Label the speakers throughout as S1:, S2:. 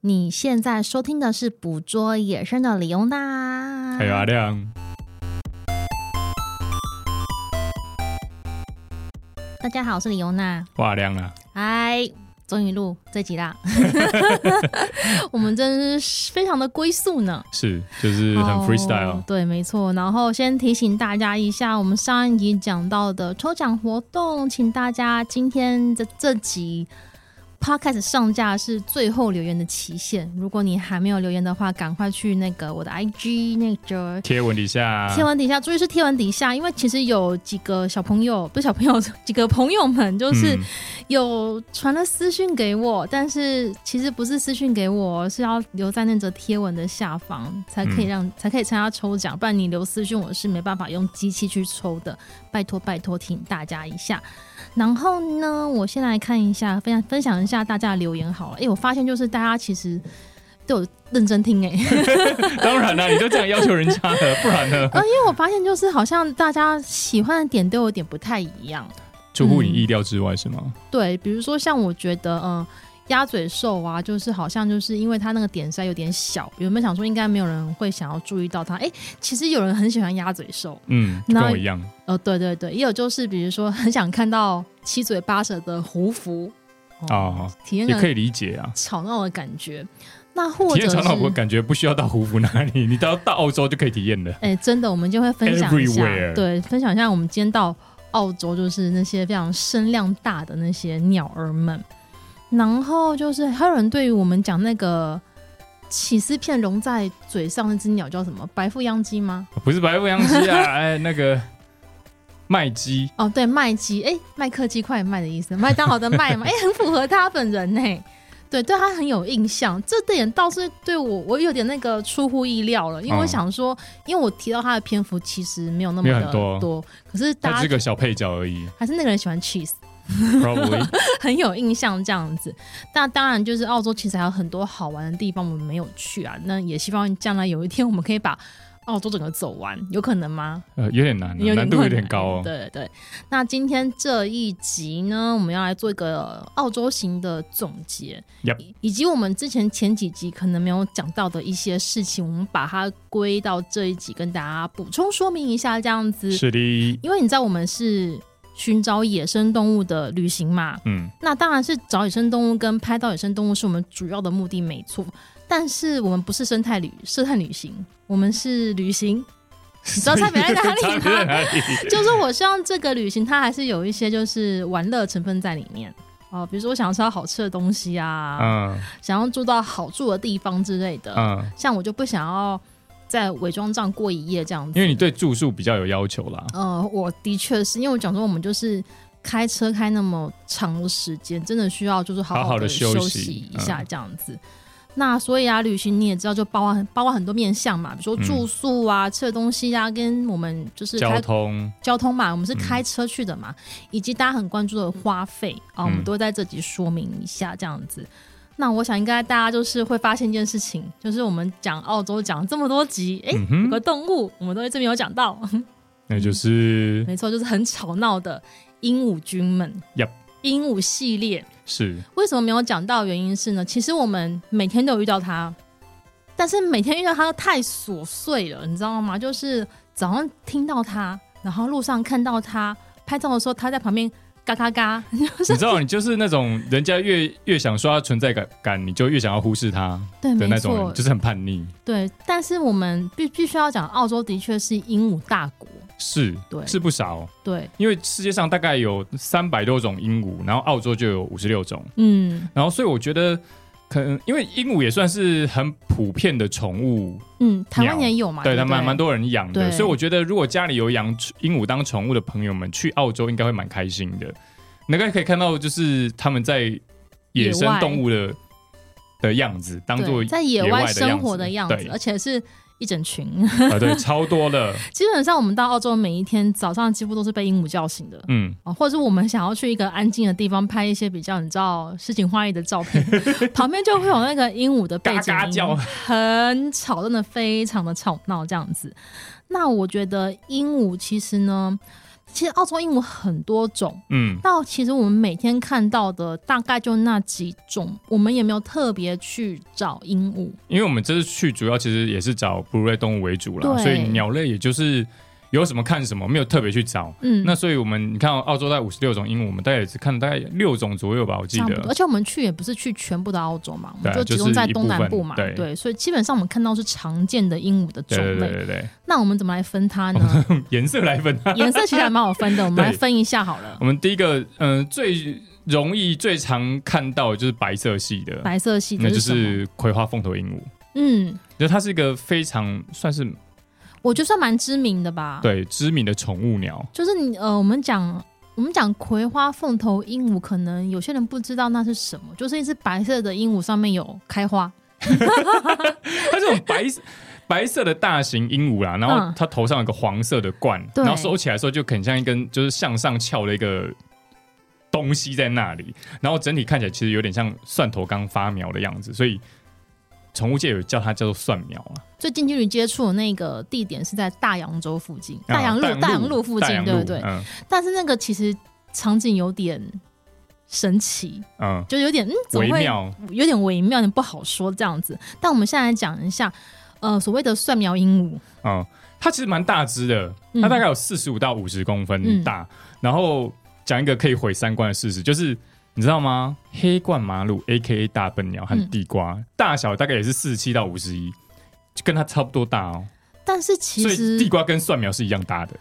S1: 你现在收听的是《捕捉野生的李欧娜》，
S2: 还有阿
S1: 嗯
S2: 亮，
S1: 大家好，我是李欧娜。
S2: 哇，阿亮啊，
S1: 嗨，终于录这集 啦！我们真是非常的龟速呢，
S2: 是，就是很 freestyle，、
S1: 哦对，没错。然后先提醒大家一下，我们上一集讲到的抽奖活动，请大家今天的这集 podcast 上架是最后留言的期限。如果你还没有留言的话，赶快去那个我的 IG 那个
S2: 贴文底下，嗯
S1: 贴文底下，注意是贴文底下，因为其实有几个小朋友，不是小朋友， 几个朋友们就是
S2: 嗯
S1: 有传了私讯给我，但是其实不是私讯给我，是要留在那则贴文的下方才可以让、才可以参加抽奖，不然你留私讯我是没办法用机器去抽的，拜托拜托，请大家一下。然后呢，我先来看一下，分享分享一下大家的留言好了。哎，我发现就是大家其实都有认真听哎、
S2: 当然啦、你都这样要求人家了，不 然呢，
S1: 啊，因为我发现就是好像大家喜欢的点都有点不太一样。
S2: 出乎你意料之外是吗？
S1: 对，比如说像我觉得，嗯、鸭嘴兽啊，就是好像就是因为它那个点实在有点小，原本想说应该没有人会想要注意到它。哎，其实有人很喜欢鸭嘴兽，
S2: 嗯，就
S1: 那
S2: 跟我一样，
S1: 呃，对对对，也有就是比如说很想看到七嘴八舌的胡服
S2: 哦，
S1: 体验
S2: 也可
S1: 个
S2: 以理解啊。
S1: 吵闹的感觉。那或
S2: 体
S1: 者
S2: 验长岛，我
S1: 是
S2: 感觉不需要到胡服那里， 你到到澳洲就可以体验了。
S1: 哎、真的，我们就会分享一下
S2: Everywhere
S1: 对，分享一下我们今天到澳洲，就是那些非常声量大的那些鸟儿们。然后就是还有人对于我们讲那个起司片融在嘴上那只鸟叫什么？白腹秧鸡吗？
S2: 不是白富洋 鸡啊，哎，那个麦鸡，
S1: 哦，对，麦鸡，哎，麦克鸡快卖的意思，麦当劳的麦嘛，哎，很符合他本人呢、对，对他很有印象，这点倒是对我，我有点那个出乎意料了，因为我
S2: 哦
S1: 想说，因为我提到他的篇幅其实没有那么
S2: 没有
S1: 的
S2: 很多
S1: 可是大家
S2: 它只是个小配角而已
S1: 还是那个人喜欢 cheese，
S2: ，probably。
S1: 很有印象这样子。那当然，就是澳洲其实还有很多好玩的地方我们没有去啊。那也希望将来有一天我们可以把澳洲整个走完，有可能吗？
S2: 呃，有点难啊、
S1: 有
S2: 难度有
S1: 困
S2: 点
S1: 难
S2: 高哦。
S1: 对对对。那今天这一集呢，我们要来做一个呃澳洲行的总结
S2: Yep
S1: 以以及我们之前前几集可能没有讲到的一些事情，我们把它归到这一集跟大家补充说明一下，这样子。
S2: 是的，
S1: 因为你知道我们是寻找野生动物的旅行嘛，
S2: 嗯，
S1: 那当然是找野生动物跟拍到野生动物是我们主要的目的，没错。但是我们不是生态旅生态旅行，我们是旅 行。你知道差别在哪
S2: 差
S1: 里
S2: 别
S1: 吗？
S2: 在哪里？
S1: 就是我希望这个旅行它还是有一些就是玩乐成分在里面哦、比如说我想要吃到好吃的东西啊，
S2: 嗯
S1: 想要住到好住的地方之类的。
S2: 嗯，
S1: 像我就不想要在伪装帐过一夜这样子，
S2: 因为你对住宿比较有要求啦。
S1: 呃，我的确是因为我讲说我们就是开车开那么长的时间，真的需要就是好
S2: 好好
S1: 的
S2: 地休息嗯
S1: 息一下这样子。那所以啊，旅行你也知道，就包括包括很多面向嘛，比如说
S2: 嗯
S1: 住宿啊、吃的东西啊，跟我们就是
S2: 交
S1: 开
S2: 通，
S1: 交通嘛，我们是
S2: 嗯
S1: 开车去的嘛，以及大家很关注的花费啊，我们
S2: 嗯
S1: 都会在这集说明一下这样子。那我想应该大家就是会发现一件事情，就是我们讲澳洲讲这么多集，诶，嗯
S2: 嗯
S1: 有
S2: 哼，
S1: 个动物我们都在这边有讲到，
S2: 那就是
S1: 没错，就是很吵闹的鹦鹉军们。
S2: Yep
S1: 鹦鹉系列
S2: 是
S1: 为什么没有讲到？原因是呢，其实我们每天都有遇到它，但是每天遇到它太琐碎了，你知道吗？就是早上听到它，然后路上看到它，拍照的时候它在旁边嘎嘎 嘎，
S2: 你知道，你就是那种人家越越想刷存在感感，你就越想要忽视他
S1: 对，
S2: 的
S1: 嗯没
S2: 那种
S1: 错
S2: 人，，就是很叛逆。
S1: 对。但是我们必必须要讲，澳洲的确是鹦鹉大国，
S2: 是，
S1: 对
S2: 是不少，
S1: 对，
S2: 因为世界上大概有三百多种鹦鹉，然后澳洲就有五十六种，
S1: 嗯
S2: 然后所以我觉得。可能因为鹦鹉也算是很普遍的宠物，
S1: 嗯，台湾
S2: 鸟
S1: 也有嘛，
S2: 对，
S1: 对
S2: 它
S1: 不
S2: 蛮
S1: 对
S2: 蛮多人养
S1: 对
S2: 的，所以我觉得如果家里有养鹦鹉当宠物的朋友们，去澳洲应该会蛮开心的。大概可以看到，就是他们在野
S1: 野
S2: 生
S1: 外
S2: 动物的的样子，当
S1: 对
S2: 做
S1: 在野
S2: 野
S1: 外
S2: 外的
S1: 生
S2: 样
S1: 活
S2: 子
S1: 的样子，
S2: 对
S1: 而且是一整群。
S2: 啊，对，超 多了，
S1: 基本上我们到澳洲每一天早上几乎都是被鹦鹉叫醒的。
S2: 嗯，
S1: 哦，或者是我们想要去一个安静的地方拍一些比较你知道诗情画意的照 片，旁边就会有那个鹦鹉的背景音，
S2: 嘎嘎叫
S1: 很吵，真的非常的吵闹这样子。那我觉得鹦鹉其实呢，其实澳洲鹦鹉很多种，
S2: 嗯
S1: 到其实我们每天看到的大概就那几种，我们也没有特别去找鹦鹉。
S2: 因为我们这次去主要其实也是找哺乳类动物为主啦，
S1: 对
S2: 所以鸟类也就是有什么看什么，没有特别去找。
S1: 嗯，
S2: 那所以我们你看哦澳洲大概五十六种鹦鹉，我们大概也只看了大概六种左右吧，我记
S1: 差不多。而
S2: 得。
S1: 且我们去也不是去全部的澳洲嘛，我
S2: 对
S1: 们
S2: 啊
S1: 就集中在东南部嘛，
S2: 就是一部分对
S1: 所以基本上我们看到是常见的鹦鹉的
S2: 对
S1: 种
S2: 对
S1: 类。
S2: 对对对，
S1: 那我们怎么来分它呢？
S2: 用颜色来分。啊
S1: 颜色其实还蛮好分的，我们来
S2: 对
S1: 分一下好了
S2: 我。们第一个，嗯、最容易最常看到的就是白色系的，
S1: 白色系
S2: 那
S1: 这
S2: 就是
S1: 什么？
S2: 是葵花凤头鹦鹉。
S1: 嗯，
S2: 就它是一个非常算是
S1: 我觉得算蛮知名的吧。，
S2: 对知名的宠物鸟，
S1: 就是你呃，我们讲我们讲葵花凤头鹦鹉，可能有些人不知道那是什么，就是一只白色的鹦鹉上面有开花。
S2: 它这种白白色的 大型鹦鹉啦，然后
S1: 嗯
S2: 它头上有个黄色的冠，
S1: 对
S2: 然后收起来的时候就很像一根就是向上翘的一个东西在那里，然后整体看起来其实有点像蒜头刚发苗的样子，所以宠物界有叫它叫做蒜苗啊，
S1: 最近距离接触的那个地点是在大洋洲附近，大洋路、
S2: 啊
S1: 大洋路附
S2: 大
S1: 近，
S2: 洋
S1: 对不
S2: 路
S1: 对？
S2: 嗯
S1: 但是那个其实场景有点神奇，
S2: 嗯，
S1: 就有点嗯，怎
S2: 微
S1: 么会
S2: 妙，
S1: 有点微妙，有点不好说这样子。但我们现在来讲一下，呃，所谓的蒜苗鹦鹉，
S2: 嗯，它其实蛮大只的，
S1: 嗯
S2: 它大概有四十五到五十公分
S1: 嗯
S2: 大。然后讲一个可以毁三观的事实，就是你知道吗？黑冠麻鹭 （A K A 大笨鸟）和
S1: 嗯
S2: 地瓜、大小大概也是四十七到五十一，就跟它差不多大哦。
S1: 但是其
S2: 所以地
S1: 实，
S2: 瓜跟蒜苗是一样大的。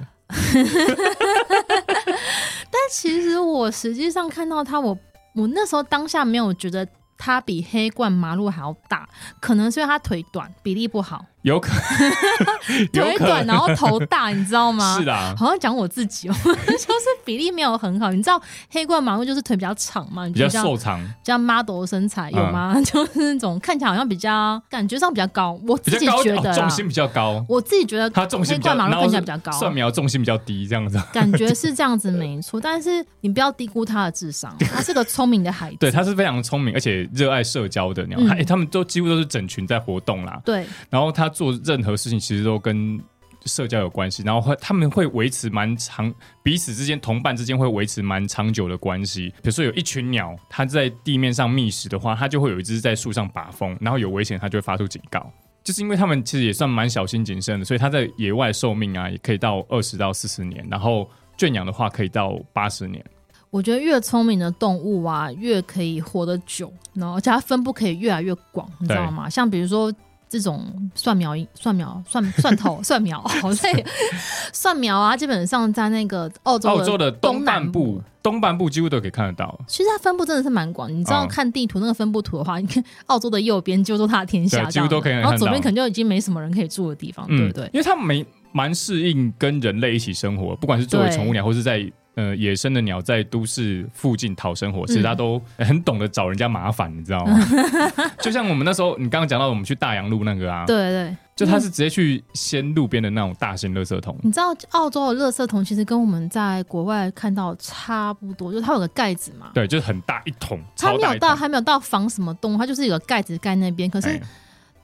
S1: 但其实我实际上看到它，我我那时候当下没有觉得。它比黑冠麻鹭还要大，可能是因为它腿短，比例不好，
S2: 有可 有
S1: 腿
S2: 可
S1: 短然后头大，你知道吗？
S2: 是啦，
S1: 好像讲我自己哦， 就是比例没有很好。你知道黑冠麻鹭就是腿比较长嘛，你
S2: 比
S1: 就
S2: 较
S1: 这样
S2: 瘦长，
S1: 比较 model 的身材有吗？
S2: 嗯
S1: 就是那种看起来好像比较感觉上比较高，我自
S2: 比较
S1: 己
S2: 高，
S1: 觉得啦，
S2: 哦、重心比较高。
S1: 我自己觉得
S2: 它重心
S1: 黑
S2: 比较，
S1: 冠麻
S2: 然
S1: 鹭
S2: 后
S1: 看起
S2: 是
S1: 来比较高，
S2: 蒜苗重心比较低，这样子。
S1: 感觉是这样子没错。 但是你不要低估它的智商，它是个聪明的孩子。
S2: 对，它是非常聪明，而且热爱社交的鸟。
S1: 嗯
S2: 它哎、它们都几乎都是整群在活动啦。
S1: 对
S2: 然后他做任何事情其实都跟社交有关系，然后会他们会维持蛮长彼此之间同伴之间会维持蛮长久的关系。比如说有一群鸟，它在地面上觅食的话，它就会有一只在树上把风，然后有危险它就会发出警告。就是因为他们其实也算蛮小心谨慎的，所以它在野外寿命啊也可以到二十到四十年，然后圈养的话可以到八十年。
S1: 我觉得越聪明的动物啊，越可以活得久，然后而且它分布可以越来越广，你知道吗？像比如说这种蒜苗、蒜苗、蒜蒜头、 蒜苗，好累。 蒜苗啊，基本上在那个澳洲
S2: 澳
S1: 的
S2: 洲的东
S1: 东南
S2: 半部，东半部几乎都可以看得到。
S1: 其实它分布真的是蛮广，你知道
S2: 嗯
S1: 看地图那个分布图的话，你看澳洲的右边 就是它的天下这
S2: 对
S1: 样子，
S2: 几乎都可以看
S1: 然后左
S2: 到嗯
S1: 边可能就已经没什么人可以住的地方，对不对？
S2: 因为它没蛮适应跟人类一起生活，不管是作为
S1: 对
S2: 宠物鸟，或是在呃野生的鸟在都市附近讨生活，其实
S1: 嗯
S2: 它都很懂得找人家麻烦，你 知道吗？就像我们那时候，你刚刚讲到我们去大洋路那个啊，
S1: 对嗯对，
S2: 就它是直接去掀路边的那种大型垃圾桶，
S1: 你知道澳洲的垃圾桶其实跟我们在国外看到差不多，就它有个盖子嘛，
S2: 对，就是很大一桶，
S1: 它
S2: 超
S1: 没
S2: 大
S1: 有
S2: 一
S1: 到
S2: 桶。
S1: 还没有到防什么洞，它就是有个盖子盖那边，可是
S2: 哎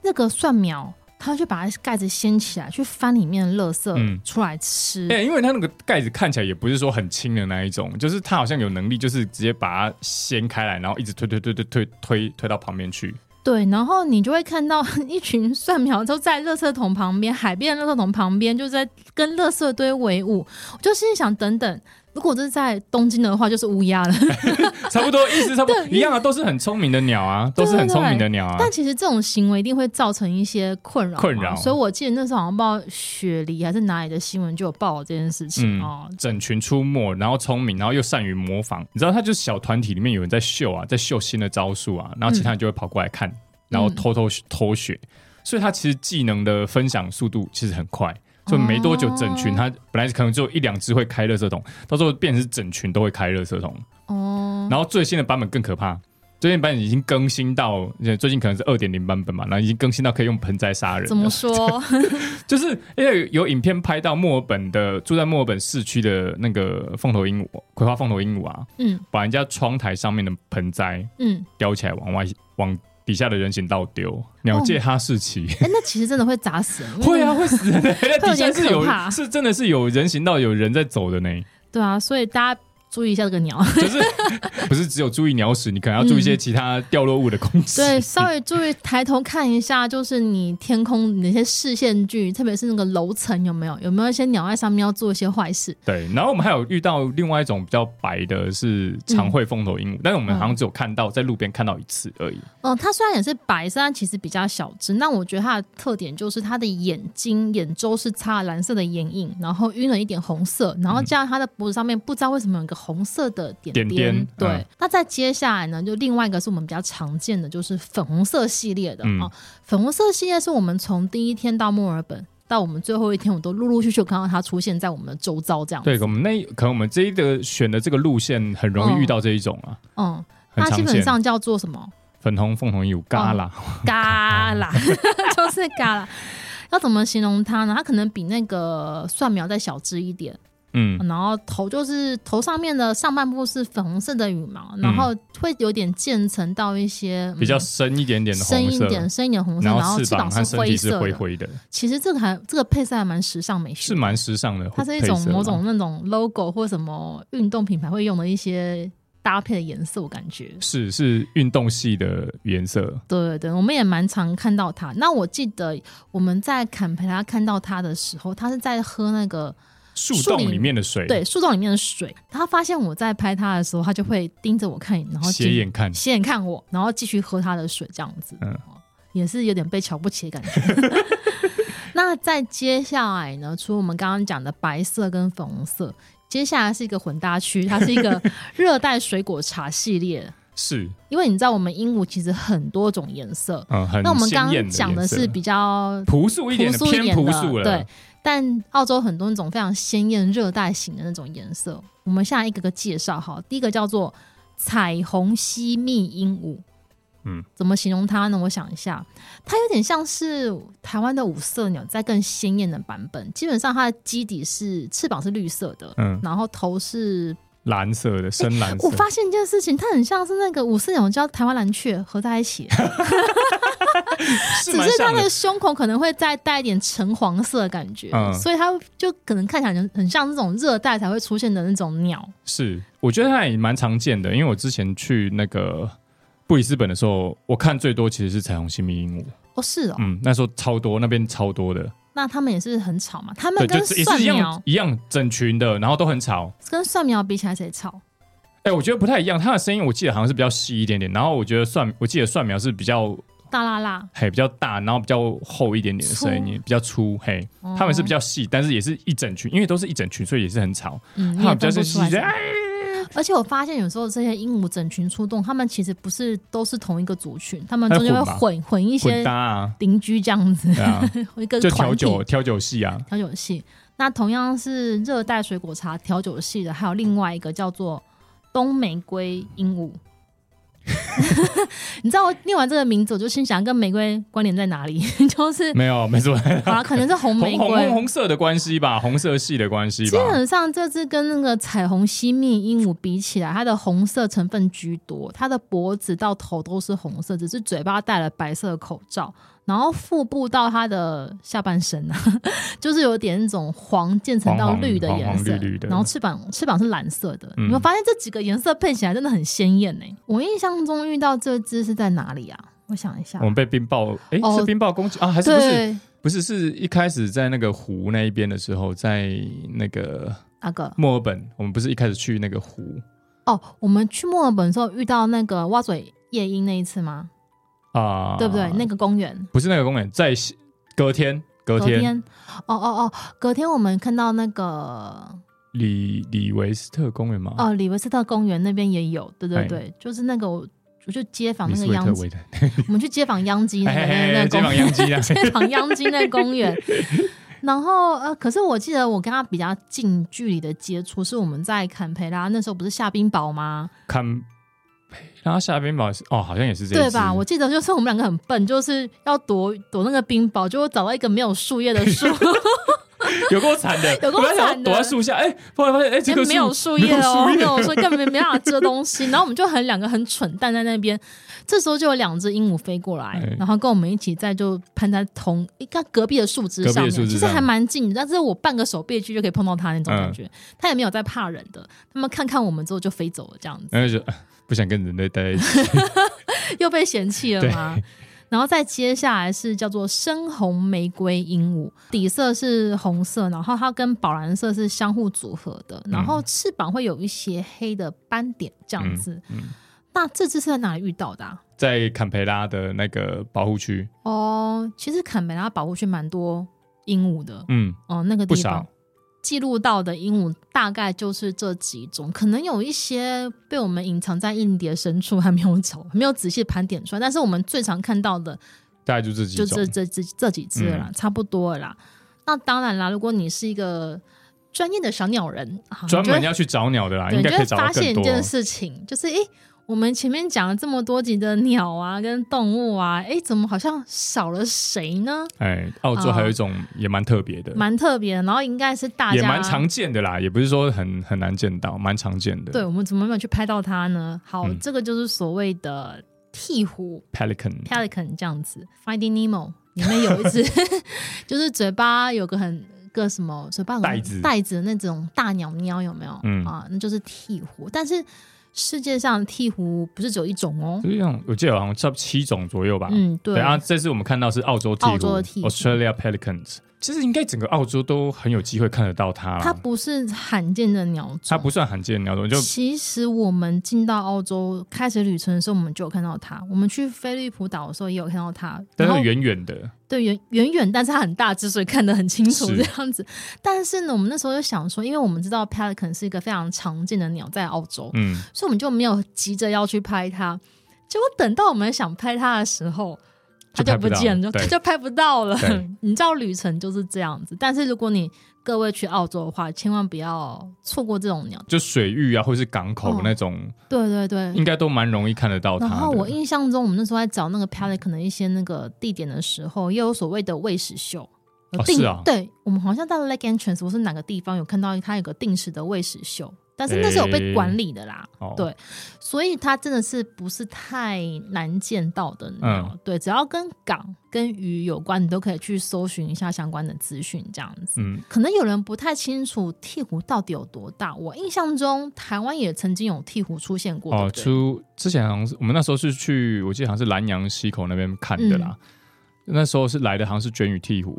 S1: 那个蒜苗。它就把它盖子掀起来，去翻里面的垃
S2: 嗯
S1: 圾出来吃。
S2: 哎、因为它那个盖子看起来也不是说很轻的那一种，就是它好像有能力，就是直接把它掀开来，然后一直推推推推推推推到旁边去。
S1: 对，然后你就会看到 一群蒜苗都在垃圾桶旁边，海边的垃圾桶旁边，就在跟垃圾堆为伍。我就心里想，等等，如果这是在东京的话，就是乌鸦
S2: 啊
S1: 了。
S2: 差不多意思差不多
S1: 对
S2: 一样啊，都是很聪明的鸟啊，都是很聪明的鸟啊。
S1: 但其实这种行为一定会造成一些困扰嘛，
S2: 困扰
S1: 所以我记得那时候好像报雪梨还是哪里的新闻就有报这件事情、
S2: 嗯
S1: 哦。
S2: 整群出没，然后聪明，然后又善于模仿。你知道，他就是小团体里面有人在秀啊，在秀新的招数啊，然后其他人就会跑过来
S1: 嗯
S2: 看，然后偷偷偷学。所以他其实技能的分享速度其实很快，所以没多久整群
S1: 哦
S2: 他本来可能只有一两只会开垃圾桶，到时候变成是整群都会开垃圾桶。
S1: 哦，
S2: 然后最新的版本更可怕。最新版本已经更新到，呃最近可能是二点零版本嘛，然后已经更新到可以用盆栽杀人了。
S1: 怎么 说？
S2: 就是因为有影片拍到墨尔本的住在墨尔本市区的那个凤头鹦鹉，葵花凤头鹦鹉啊，
S1: 嗯
S2: 把人家窗台上面的盆栽
S1: 嗯，
S2: 叼起来往外往底下的人行道
S1: 哦
S2: 丢，鸟界哈士奇。
S1: 哎、那其实真的会砸死人。因为
S2: 会啊，会死人的。那底下是
S1: 会有点可怕
S2: 有是真的是有人行道有人在走的呢，
S1: 对啊，所以大家注意一下这个鸟。
S2: 就是 不是只有注意鸟屎，你可能要注意一些其他掉落物的攻击。
S1: 对，稍微注意抬头看一下，就是你天空你那些视线距，特别是那个楼层有没有有没有一些鸟在上面要做一些坏事？
S2: 对，然后我们还有遇到另外一种比较白的是
S1: 嗯
S2: 长喙凤头鹦鹉，但是我们好像只有看到在路边看到一次而已。
S1: 嗯，它虽然也是白色，但其实比较小只。那我觉得它的特点就是它的眼睛、眼周是擦蓝色的眼影，然后晕了一点红色，然后加上它的脖子上面不知道为什么有一个红色的点
S2: 嗯点点
S1: 对，
S2: 嗯
S1: 那再接下来呢，就另外一个是我们比较常见的，就是粉红色系列的啊、
S2: 嗯
S1: 哦粉红色系列是我们从第一天到墨尔本。到我们最后一天，我都陆陆续续有看到它出现在我们的周遭，这样
S2: 对，
S1: 子。
S2: 我们那可能我们这一个选的这个路线很容易遇到这一种啊，
S1: 嗯，
S2: 很
S1: 它基
S2: 常
S1: 本
S2: 见。
S1: 上哦叫做什么？
S2: 粉红凤头鹦鹉嘎啦，
S1: 嘎 啦，
S2: 哦
S1: 就是嘎啦。要怎么形容它呢？它可能比那个蒜苗再小只一点，
S2: 嗯，
S1: 然后头就是头上面的上半部是粉红色的羽毛，然后会有点渐层到一些、嗯
S2: 嗯比较深一点点的
S1: 深
S2: 红
S1: 一
S2: 色，
S1: 点、深一点红色，
S2: 然
S1: 然
S2: 后翅
S1: 翅膀
S2: 膀和身
S1: 灰
S2: 体
S1: 色
S2: 是
S1: 的。
S2: 灰灰的，
S1: 其实这个还这个配色还蛮时尚美学
S2: 是
S1: 的，
S2: 蛮时尚的配色啊
S1: 它
S2: 啦。
S1: 是一种某种那种 logo 或什么运动品牌会用的一些搭配的颜色，我感觉。
S2: 是是运动系的颜色，
S1: 对对对，我们也蛮常看到他。那我记得我们在坎培拉看到他的时候，他是在喝那个
S2: 树
S1: 树
S2: 洞
S1: 林
S2: 里面的水，
S1: 对，树洞里面的水。他发现我在拍他的时候，他就会盯着我看，然后继
S2: 斜眼看，
S1: 斜眼看我，然后继续喝他的水，这样子，哦
S2: 嗯
S1: 也是有点被瞧不起的感 觉。那再接下来呢，除了我们刚刚讲的白色跟粉红色，接下来是一个混搭区，它是一个热带水果茶系列。
S2: 是，
S1: 因为你知道，我们鹦鹉其实很多种颜色，
S2: 嗯，很
S1: 那我们
S2: 鲜
S1: 刚
S2: 艳
S1: 刚讲
S2: 的
S1: 的
S2: 颜色
S1: 是比较
S2: 朴素一点的，
S1: 朴素一
S2: 偏
S1: 点
S2: 朴
S1: 的，
S2: 素了，
S1: 对。但澳洲很多那种非常鲜艳热带型的那种颜色，我们现在一个个介绍哈。第一个叫做彩虹吸蜜鹦鹉，
S2: 嗯，
S1: 怎么形容它呢？我想一下，它有点像是台湾的五色鸟，在更鲜艳的版本。基本上它的基底是翅膀是绿色的，
S2: 嗯
S1: 然后头是哦
S2: 蓝色的，深蓝色
S1: 我。发现一件事情，它很像是那个五色鸟叫台湾蓝雀合在一 起。
S2: 是
S1: 只
S2: 蛮
S1: 是他
S2: 像
S1: 的胸口可能会再带一点橙黄色的感觉，
S2: 嗯
S1: 所以它就可能看起来很很像那种热带才会出现的那种鸟。
S2: 是，我觉得它也蛮常见的，因为我之前去那个布里斯本的时候，我看最多其实是彩虹新迷鹦鹉，
S1: 哦，是哦，
S2: 嗯，那时候超多，那边超多的，
S1: 那他们也是很吵嘛？他们
S2: 对，
S1: 跟
S2: 就是也是
S1: 蒜
S2: 一
S1: 苗
S2: 样一样整群的，然后都很吵。
S1: 跟蒜苗比起来谁吵？
S2: 哎、我觉得不太一样，它的声音我记得好像是比较细一点点，然后我觉得蒜，我记得蒜苗是比较
S1: 大啦啦，
S2: 嘿比较大，然后比较厚一点点的声音，比较粗，嘿，
S1: 哦
S2: 他们是比较细，但是也是一整群，因为都是一整群，所以也是很吵，
S1: 嗯，你
S2: 他
S1: 也
S2: 们比较
S1: 分不出
S2: 是细
S1: 来
S2: 的。
S1: 谁。
S2: 哎
S1: 而且我发现有时候这些鹦鹉整群出动，他们其实不是都是同一个族群，他们中间会
S2: 还混吧
S1: 混混一
S2: 混
S1: 些
S2: 搭啊，
S1: 邻居这样子，
S2: 对啊，
S1: 一个
S2: 就
S1: 团
S2: 调
S1: 体。
S2: 酒调酒系啊，
S1: 调酒系。那同样是热带水果茶调酒系的，还有另外一个叫做东玫瑰鹦鹉。 你知道我念完这个名字，我就心想跟玫瑰关联在哪里？ 就是
S2: 没有，没错，
S1: 好了，可能是红玫
S2: 红红
S1: 瑰。
S2: 红红色的关系吧，红色系的关系
S1: 基
S2: 吧，
S1: 本上这只跟那个彩虹吸蜜鹦鹉比起来，它的红色成分居多，它的脖子到头都是红色，只是嘴巴戴了白色的口罩，然后腹部到它的下半身啊， 就是有点那种黄渐层到绿的颜色，
S2: 黄黄黄绿绿的
S1: 然后翅膀翅膀是蓝色的，
S2: 嗯
S1: 你会发现这几个颜色配起来真的很鲜艳呢、我印象中遇到这只是在哪里啊？我想一下
S2: 我，们被冰雹，哎、
S1: 哦
S2: 是冰雹攻击啊，还是不是？
S1: 对，
S2: 不是，是一开始在那个湖那一边的时候，在那个
S1: 那个
S2: 墨尔本，我们不是一开始去那个湖，
S1: 哦，我们去墨尔本的时候遇到那个蛙嘴夜莺那一次吗？
S2: 啊，
S1: 对不对？那个公园。
S2: 不是那个公园，在西隔天，隔
S1: 隔
S2: 天，
S1: 天，哦哦哦，隔天我们看到那
S2: 啊
S1: 个
S2: 里里维斯特公园吗？
S1: 哦，里维斯特公园那边也有，对对
S2: 哎
S1: 对，就是那个我我去街访
S2: 里
S1: 那
S2: 斯
S1: 个
S2: 维特
S1: 央
S2: 维
S1: 基，
S2: 特，
S1: 我们去街访央基那个
S2: 嘿
S1: 那个那
S2: 嘿
S1: 个
S2: 嘿，
S1: 公
S2: 街坊央基 啊，
S1: 街访央基那个公园。然后呃，可是我记得我跟他比较近距离的接触，是我们在坎培拉那时候不是下冰雹吗？
S2: 看，然后下边堡是哦，好像也是这一
S1: 对
S2: 只
S1: 吧？我记得就是我们两个很笨，就是要躲躲那个冰雹，就会找到一个没有树叶的树，
S2: 有够惨的，
S1: 有够
S2: 我本来想要
S1: 惨的
S2: 躲在树下，哎、突然发现，哎、这
S1: 因
S2: 个
S1: 为
S2: 树
S1: 没有树叶哦，
S2: 没
S1: 没
S2: 有
S1: 有
S2: 树叶
S1: 树，根本没办法遮东 西。然后我们就很两个很蠢蛋在那边，这时候就有两只鹦鹉飞过来
S2: 哎，
S1: 然后跟我们一起在就攀在同一个隔壁的树枝上面，
S2: 隔壁的树枝
S1: 其
S2: 上嗯
S1: 实还蛮近的，但是我半个手臂距就可以碰到它那种感觉。它也没有在怕人的，他们看看我们之后就飞走了，这样子
S2: 然后就 觉得啊不想跟人类待在一起。
S1: 又被嫌弃了
S2: 对
S1: 吗？然后再接下来是叫做深红玫瑰鹦鹉，底色是红色，然后它跟宝蓝色是相互组合的，
S2: 嗯
S1: 然后翅膀会有一些黑的斑点这样子。
S2: 嗯
S1: 那这只是在哪里遇到的、啊？
S2: 在坎培拉的那个保护区，
S1: 哦，其实坎培拉保护区蛮多鹦鹉的，
S2: 嗯，
S1: 哦，那个
S2: 不
S1: 地
S2: 少
S1: 方。记录到的鹦鹉大概就是这几种，可能有一些被我们隐藏在硬碟深处还没有找，没有仔细盘点出来。但是我们最常看到的
S2: 大概就这几
S1: 就
S2: 种，嗯
S1: 这这这这几只了啦，差不多了啦。那当然啦，如果你是一个专业的小鸟人，啊
S2: 专门
S1: 你就会
S2: 要去找鸟的啦，
S1: 对，
S2: 应
S1: 你
S2: 该
S1: 就
S2: 可以
S1: 会
S2: 找到
S1: 发现
S2: 更
S1: 一
S2: 多。
S1: 件事情，就是诶，我们前面讲了这么多集的鸟啊，跟动物啊，诶，怎么好像少了谁呢？
S2: 哎，澳洲
S1: 哦
S2: 还有一种也蛮特别的，
S1: 蛮特别的，然后应该是大家
S2: 也蛮常见的啦，也不是说很很难见到，蛮常见的。
S1: 对，我们怎么没有去拍到它呢？好，
S2: 嗯
S1: 这个就是所谓的鹈鹕，
S2: ，pelican，
S1: Pelican 这样子，Finding Nemo 里面有一 只，就是嘴巴有个很个什么嘴巴有个
S2: 袋子
S1: 袋子的那种大鸟鸟有没有？
S2: 嗯
S1: 啊，那就是鹈鹕。但是世界上鹈鹕不是只有一种哦，
S2: 就是这样，我记得好像差不多七种左右吧。
S1: 嗯，
S2: 对啊，这次我们看到是澳洲鹈
S1: 澳洲的鹈
S2: 鹕
S1: 鹕
S2: （Australia Pelicans），其实应该整个澳洲都很有机会看得到它
S1: 它
S2: 啦。
S1: 不是罕见的鸟种，
S2: 它不算罕见的鸟种，就
S1: 其实我们进到澳洲开始旅程的时候，我们就有看到它。我们去菲利普岛的时候也有看到它，
S2: 但
S1: 然后
S2: 是远远的，
S1: 对，远远远，但是它很大只，所以看得很清楚
S2: 是
S1: 这样子。但是呢，我们那时候就想说，因为我们知道 pelican 是一个非常常见的鸟在澳洲，
S2: 嗯，
S1: 所以我们就没有急着要去拍它。结果等到我们想拍它的时候，它
S2: 就拍
S1: 就
S2: 不
S1: 不
S2: 到
S1: 见了，
S2: 对
S1: 它就拍不到了
S2: 对。
S1: 你知道旅程就是这样子，但是如果你各位去澳洲的话，千万不要错过这种鸟。
S2: 就水域啊，或是港口
S1: 哦
S2: 那种，
S1: 对对对，
S2: 应该都蛮容易看得到它
S1: 然
S2: 的。
S1: 后我印象中，我们那时候在找那个 Pelican 的一些那个地点的时候，也有所谓的喂食秀。有
S2: 哦
S1: 定
S2: 是啊
S1: 对我们好像到了 Lake Entrance，我是哪个地方有看到它有个定时的喂食秀，但是那是有被
S2: 诶
S1: 管理的啦，
S2: 哦
S1: 对所以它真的是不是太难见到的鸟。
S2: 嗯
S1: 对，只要跟港跟鱼有关，你都可以去搜寻一下相关的资讯，这样子。
S2: 嗯，
S1: 可能有人不太清楚鹈鹕到底有多大，我印象中台湾也曾经有鹈鹕出现过，
S2: 哦，
S1: 对不对？
S2: 出之前好像是我们那时候是去，我记得好像是南洋溪口那边看的啦。那时候是来的好像是卷羽鹈鹕，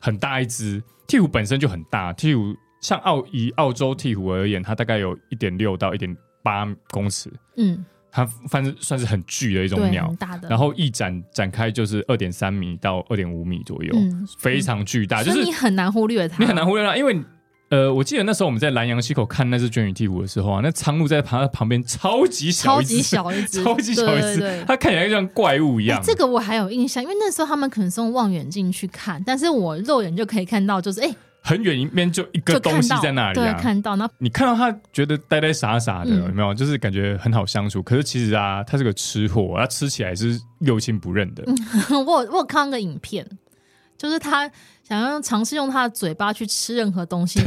S2: 很大一只。鹈鹕本身就很大，鹈鹕像澳以澳洲鹈鹕而言，它大概有一点六到一点八公尺，
S1: 嗯，
S2: 它反正算是很巨的一种
S1: 对，
S2: 鸟
S1: 很。大的。
S2: 然后翼展展开就是二点三米到二点五米左右，
S1: 嗯
S2: 非常巨啊大，就
S1: 所以
S2: 是
S1: 你很难忽略它，
S2: 你很难忽略它，因为。呃，我记得那时候我们在南洋溪口看那只卷羽鹈鹕的时候啊，那苍鹭在它旁边超级小
S1: 超
S2: 一只，
S1: 级小一只，
S2: 超级小一
S1: 对
S2: 只，
S1: 对对
S2: 它看起来就像怪物一样。
S1: 哎这个我还有印象，因为那时候他们可能是用望远镜去看，但是我肉眼就可以看到，就是哎、
S2: 很远一边就一个
S1: 就
S2: 东
S1: 看
S2: 西
S1: 到
S2: 在那里、
S1: 对，
S2: 啊，
S1: 看到，然后
S2: 你看到它觉得呆呆傻傻的，
S1: 嗯
S2: 有没有？就是感觉很好相处。可是其实啊，它是个吃货，它吃起来是六亲不认的。
S1: 嗯 我有我有看到个影片，就是他想要尝试用他的嘴巴去吃任何东 西，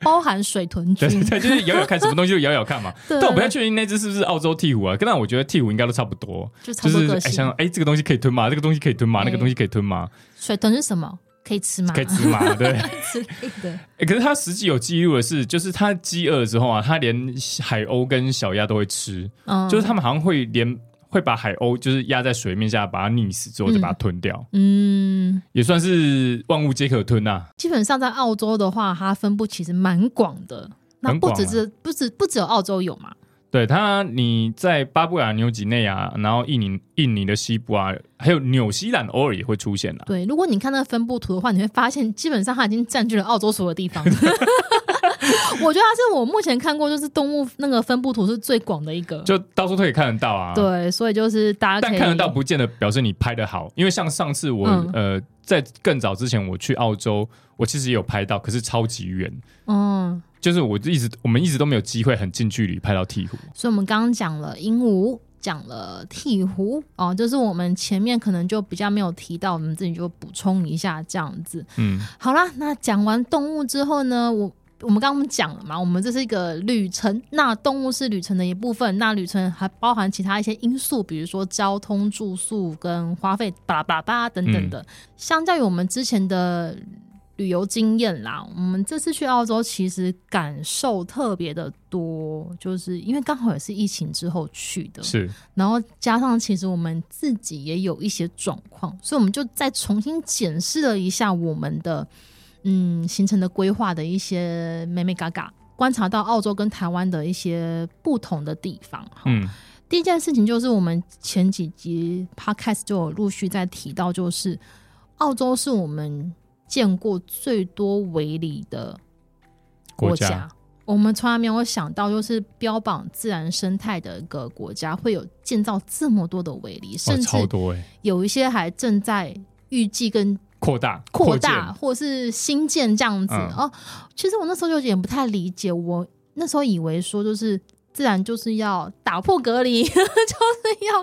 S1: 包含水豚
S2: 对
S1: 菌
S2: 对，对，就是咬咬看，什么东西就咬咬看嘛。
S1: 对
S2: 但我不太确定那只是不是澳洲鹈鹕啊，但我觉得鹈鹕应该都差不多，
S1: 就差
S2: 就
S1: 不多
S2: 是哎
S1: 个性。
S2: 想哎这个东西可以吞吗？这个东西可以吞吗？
S1: 哎
S2: 那个东西可以吞吗？
S1: 水豚是什么？可以吃吗？
S2: 可以吃吗？对。
S1: 之类的。
S2: 欸可是它实际有记录的是，就是它饥饿之后啊，它连海鸥跟小鸭都会吃，
S1: 嗯，
S2: 就是他们好像会连会把海鸥就是压在水面下，把它溺死之后再把它吞掉，
S1: 嗯，
S2: 也算是万物皆可吞啊。
S1: 基本上在澳洲的话，它分布其实蛮广的。那
S2: 很
S1: 不
S2: 广啊嗯
S1: 只是、不只不只有澳洲有嘛，
S2: 对它，你在巴布亚纽几内亚，然后印尼印尼的西部啊，还有纽西兰偶尔也会出现啊。
S1: 对，如果你看那个分布图的话，你会发现基本上它已经占据了澳洲所有地 方。我 觉得它是我目前看过就是动物那个分布图是最广的一个。
S2: 就到处都可以看得到啊。，
S1: 对，所以就是大家
S2: 但
S1: 可以
S2: 看得到不见得表示你拍的好，因为像上次我、
S1: 嗯
S2: 呃在更早之前我去澳洲，我其实也有拍到，可是超级远。
S1: 嗯，
S2: 就是我一直我们一直都没有机会很近距离拍到鹈鹕，
S1: 所以我们刚刚讲了鹦鹉、讲了鹈鹕哦，就是我们前面可能就比较没有提到，我们自己就补充一下这样子。
S2: 嗯，
S1: 好啦，那讲完动物之后呢，我我们刚刚讲了嘛，我们这是一个旅程，那动物是旅程的一部分，那旅程还包含其他一些因素，比如说交通、住宿跟花费，巴拉巴拉巴拉等等的。相较于我们之前的旅游经验啦，我们这次去澳洲其实感受特别的多，就是因为刚好也是疫情之后去的，
S2: 是
S1: 然后加上，其实我们自己也有一些状况，所以我们就再重新检视了一下我们的嗯行程的规划的一些美美嘎嘎，观察到澳洲跟台湾的一些不同的地方。哈
S2: 嗯
S1: 第一件事情就是我们前几集 podcast 就有陆续在提到，就是澳洲是我们见过最多围篱的
S2: 国
S1: 家。
S2: 家，哦
S1: 我们从来没有想到，就是标榜自然生态的一个国家，会有建造这么多的围篱，
S2: 哇，
S1: 甚至
S2: 超多哎、
S1: 有一些还正在预计跟
S2: 扩大
S1: 扩
S2: 建
S1: 大，或是新建这样子。
S2: 嗯
S1: 哦，其实我那时候就有点不太理解，我那时候以为说就是自然就是要打破隔离， 就是要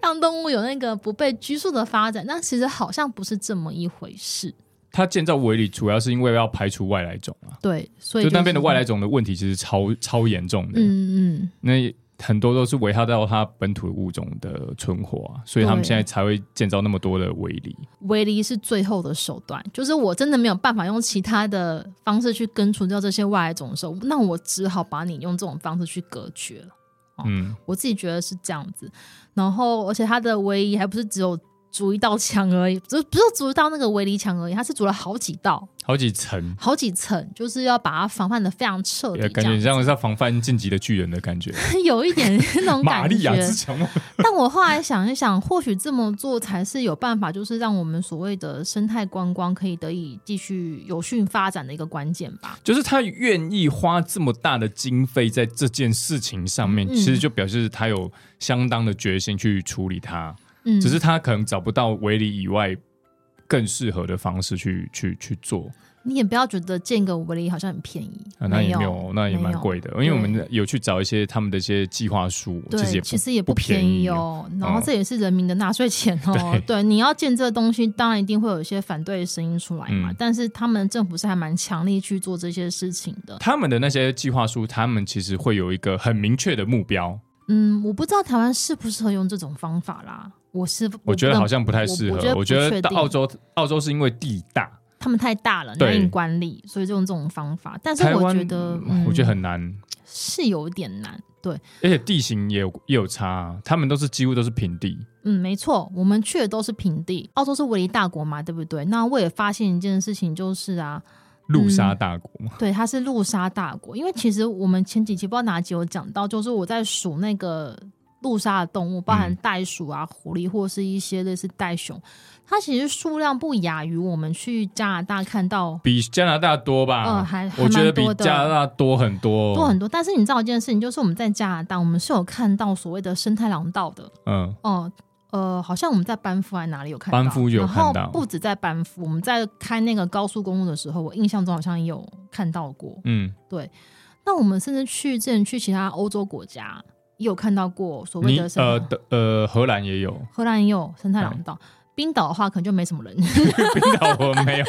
S1: 让动物有那个不被拘束的发展，但其实好像不是这么一回事。
S2: 它建造围篱主要是因为要排除外来种啊，
S1: 对，所以、、
S2: 就是那边的外来，种的问题其实超超严重的，
S1: 嗯嗯，
S2: 那很多都是危害到它本土物种的存活、啊，所以他们
S1: 对
S2: 现在才会建造那么多的围篱。
S1: 围篱是最后的手段，就是我真的没有办法用其他的方式去根除掉这些外来种的时候，那我只好把你用这种方式去隔绝了。哦
S2: 嗯，
S1: 我自己觉得是这样子，然后而且它的围篱还不是只有筑一道墙而已，不是不是筑一道那个围篱墙而已，它是筑了好几道、
S2: 好几层，
S1: 好几层，就是要把它防范的非常彻底，
S2: 感觉
S1: 这样
S2: 像是在防范晋级的巨人的感觉。
S1: 子有一点那种
S2: 玛
S1: 感
S2: 利亚
S1: 觉。
S2: 之墙吗？
S1: 但我后来想一想，或许这么做才是有办法，就是让我们所谓的生态观光可以得以继续有序发展的一个关键吧。
S2: 就是他愿意花这么大的经费在这件事情上面，
S1: 嗯
S2: 其实就表示他有相当的决心去处理它，
S1: 嗯，
S2: 只是他可能找不到围篱以外更适合的方式去去去做。
S1: 你也不要觉得建个围篱好像很便宜，
S2: 啊，那也
S1: 没
S2: 没有，那也蛮
S1: 没有
S2: 贵的，因为我们有去找一些他们的一些计划书，
S1: 对，
S2: 实也
S1: 其
S2: 不
S1: 实也不
S2: 便
S1: 便
S2: 宜
S1: 宜哦。然后
S2: 嗯
S1: 这也是人民的纳税钱哦。
S2: 对
S1: 你要建这东西，当然一定会有一些反对的声音出来嘛。
S2: 嗯
S1: 但是他们政府是还蛮强力去做这些事情的。
S2: 他们的那些计划书，他们其实会有一个很明确的目标，
S1: 嗯，我不知道台湾适不适合用这种方法啦。我是
S2: 我觉得
S1: 不
S2: 好像不太适合。
S1: 我
S2: 我
S1: 觉得不确
S2: 到
S1: 定
S2: 澳洲，澳洲是因为地大，
S1: 他们太大了，
S2: 对
S1: 难以管理，所以就用这种方法。但是
S2: 台
S1: 我
S2: 湾
S1: 觉得，
S2: 嗯我觉得
S1: 嗯
S2: 很难，
S1: 是有点难。对，
S2: 而且地形也有也有差啊、他们都是几乎都是平地，
S1: 嗯，没错，我们去的都是平地。澳洲是唯一大国嘛，对不对？那我也发现一件事情，就是 啊，
S2: 陆沙大国嘛。
S1: 对，它是陆沙大国。因为其实我们前几期不知道哪集有讲到，就是我在数那个陆沙的动物，包含
S2: 嗯
S1: 袋鼠啊、狐狸或是一些类似袋熊，它其实数量不亚于我们去加拿大看到，
S2: 比加拿大多
S1: 嗯、
S2: 吧，
S1: 还还
S2: 我觉得
S1: 蛮
S2: 比
S1: 多的。
S2: 加拿大多很多，哦
S1: 多很多，但是你知道一件事情，就是我们在加拿大，我们是有看到所谓的生态廊道的，
S2: 嗯，
S1: 哦、呃，好像我们在班夫还哪里有看到，
S2: 班夫有看到
S1: 然后不止在班夫，我们在开那个高速公路的时候，我印象中好像也有看到过。
S2: 嗯，
S1: 那我们甚至去之前去其他欧洲国家，也有看到过所谓
S2: 你
S1: 的什么、
S2: 呃嗯的呃荷兰也有，
S1: 荷兰也有生态廊道。冰岛的话，可能就没什么人。
S2: 冰岛我没有，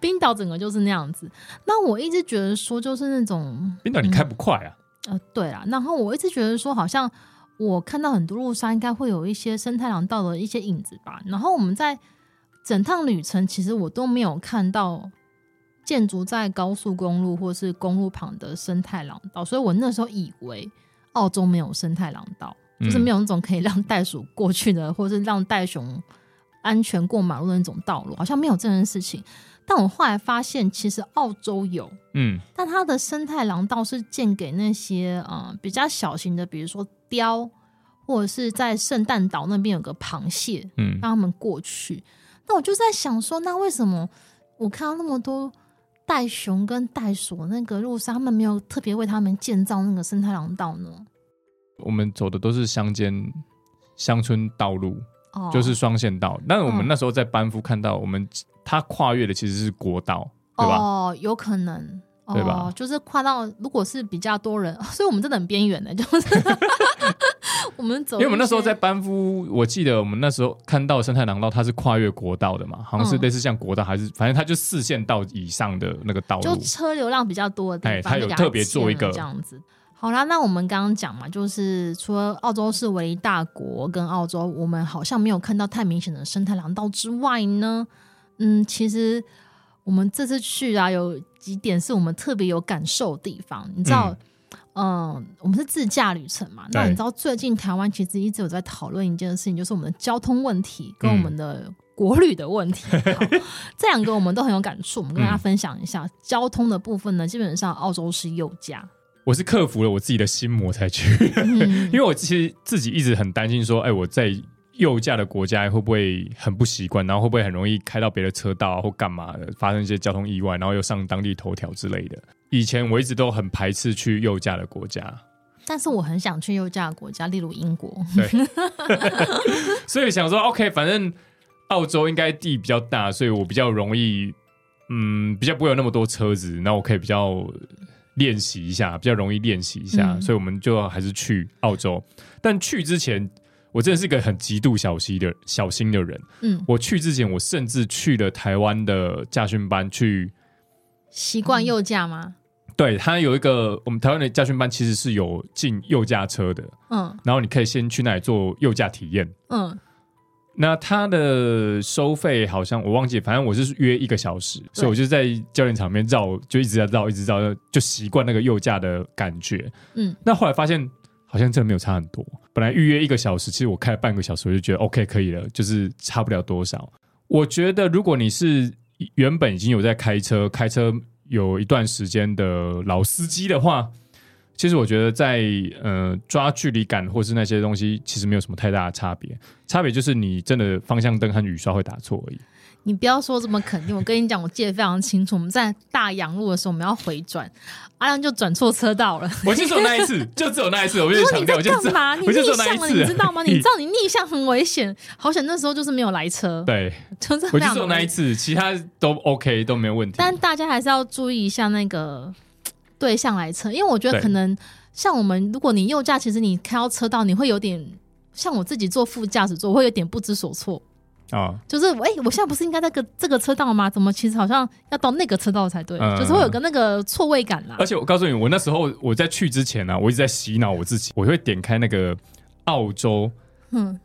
S1: 冰岛整个就是那样子。那我一直觉得说，就是那种
S2: 冰岛你开不快啊，
S1: 呃，对啦。然后我一直觉得说，好像我看到很多路上应该会有一些生态廊道的一些影子吧。然后我们在整趟旅程，其实我都没有看到建筑在高速公路或是公路旁的生态廊道，所以我那时候以为澳洲没有生态廊道，就是没
S2: 有，
S1: 有那种可以让袋鼠过去的，或是让袋熊安全过马路的那种道路，好像没有这件事情。但我后来发现，其实澳洲有。
S2: 嗯，
S1: 但它的生态廊道是建给那些呃比较小型的，比如说雕，或者是在圣诞岛那边有个螃蟹，
S2: 嗯，
S1: 让他们过去。那我就在想说，那为什么我看到那么多袋熊跟袋鼠那个路上，他们没有特别为他们建造那个生态廊道呢？
S2: 我们走的都是乡间乡村道路，
S1: 哦，
S2: 就是双线道。但是我们
S1: 嗯
S2: 那时候在班夫看到，我们它跨越的其实是国道，对吧？
S1: 哦，有可能。哦
S2: 对吧
S1: 就是跨到，如果是比较多人，所以我们真的很边缘的，就是 我们走，
S2: 因为我们那时候在，班夫，我记得我们那时候看到生态廊道，它是跨越国道的嘛，好
S1: 嗯
S2: 像是类似像国道还是反正它就四线道以上的那个道
S1: 就
S2: 路。
S1: 车流量比较多的地方，
S2: 哎它有
S1: 就给
S2: 特别做一个
S1: 切了这样子。好啦，那我们刚刚讲嘛，就是除了澳洲是为大国跟澳洲，我们好像没有看到太明显的生态廊道之外呢，嗯，其实我们这次去啊，有几点是我们特别有感受的地方。你知道，嗯、我们是自驾旅程嘛，那
S2: 对
S1: 你知道最近台湾其实一直有在讨论一件事情，就是我们的交通问题跟我们的国旅的问题。好这两个我们都很有感触，我们跟大家分享一下、交通的部分呢。基本上澳洲是右驾，
S2: 我是克服了我自己的心魔才去，
S1: 嗯
S2: 因为我其实自己一直很担心说，哎，我在右驾的国家会不会很不习惯，然后会不会很容易开到别的车道啊或干嘛的，发生一些交通意外，然后又上当地头条之类的。以前我一直都很排斥去右驾的国家，
S1: 但是我很想去右驾的国家，例如英国。
S2: 所以想说，OK，反正澳洲应该地比较大，所以我比较容易，嗯，比较不会有那么多车子，那我可以比较练习一下，比较容易练习一下，
S1: 嗯
S2: 所以我们就还是去澳洲。但去之前，我真的是个很极度小心的小心的人。
S1: 嗯，
S2: 我去之前，我甚至去了台湾的驾训班去。
S1: 习惯右驾吗？
S2: 对，它有一个我们台湾的驾训班其实是有进右驾车的，
S1: 嗯
S2: 然后你可以先去那里做右驾体验。
S1: 嗯，
S2: 那它的收费好像我忘记，反正我是约一个小时，所以我就在教练场面绕，就一直在绕，一直绕，就习惯那个右驾的感觉。
S1: 嗯，
S2: 那后来发现好像真的没有差很多。本来预约一个小时，其实我开了半个小时，我就觉得 OK 可以了，就是差不了多少。我觉得如果你是原本已经有在开车，开车有一段时间的老司机的话，其实我觉得在呃抓距离感或是那些东西，其实没有什么太大的差别。差别就是你真的方向灯和雨刷会打错而已。
S1: 你不要说这么肯定，我跟你讲，我记得非常清楚。我们在大洋路的时候，我们要回转，阿亮就转错车道了。
S2: 我就只有那 一次，就只有那一次，我
S1: 我
S2: 就
S1: 说
S2: 强
S1: 你
S2: 调，
S1: 在
S2: 我就只
S1: 干嘛？你
S2: 我就
S1: 逆
S2: 只有那
S1: 向
S2: 一
S1: 了，
S2: 次，
S1: 你知道 吗？你知道你逆向很危险，好险那时候就是没有来车，
S2: 对，
S1: 就是
S2: 我
S1: 非
S2: 就
S1: 常
S2: 只有那一次，其他都 OK 都没有问题。
S1: 但大家还是要注意一下那个对向来车，因为我觉得
S2: 对
S1: 可能像我们，如果你右驾，其实你开到车道，你会有点像我自己坐副驾驶座，我会有点不知所措。
S2: 啊，
S1: 就是，哎、我现在不是应该在个这个车道吗？怎么其实好像要到那个车道才对？
S2: 嗯
S1: 就是会有个那个错位感啦
S2: 而。且我告诉你，我那时候我在去之前呢、啊，我一直在洗脑我自己，我会点开那个澳洲
S1: 嗯，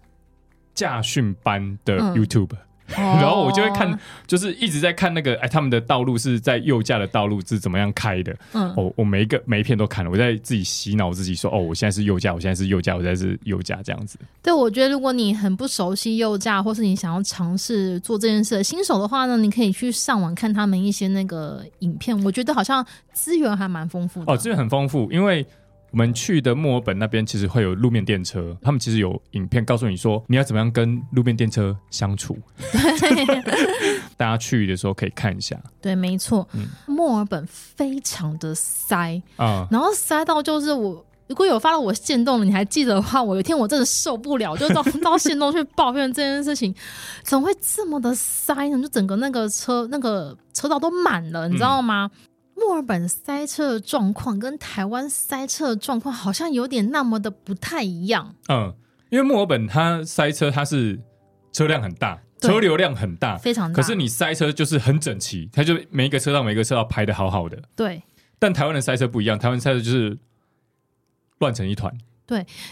S2: 驾训班的
S1: 嗯
S2: YouTube，、
S1: 然
S2: 然后我就会看，，就是一直在看那个哎，他们的道路是在右驾的道路是怎么样开的。
S1: 嗯，
S2: 哦，我每一个每一片都看了，我在自己洗脑自己说，哦，我现在是右驾，我现在是右驾，我现在是右驾这样子。
S1: 对，我觉得如果你很不熟悉右驾，或是你想要尝试做这件事的新手的话呢，你可以去上网看他们一些那个影片，我觉得好像资源还蛮丰富的。
S2: 哦，资源很丰富，因为我们去的墨尔本那边其实会有路面电车，他们其实有影片告诉你说你要怎么样跟路面电车相处。大家去的时候可以看一下
S1: 对，没错
S2: 嗯，
S1: 墨尔本非常的塞，
S2: 啊、
S1: 然后塞到就是我。如果有发到我线动了，你还记得的话，我有一天我真的受不了，就到 到线动去抱怨这件事情，怎么会这么的塞呢？就整个那个车那个车道都满了，你知道吗？墨尔本塞车的状况跟台湾塞车的状况好像有点那么的不太一样。
S2: 嗯，因为墨尔本它塞车，它是车辆很大，
S1: 对
S2: 车流量很大，
S1: 非常大
S2: 可是你塞车就是很整齐，它就每一个车道每一个车道排的好好的。
S1: 对
S2: 但台湾的塞车不一样，台湾塞车就是乱成一团。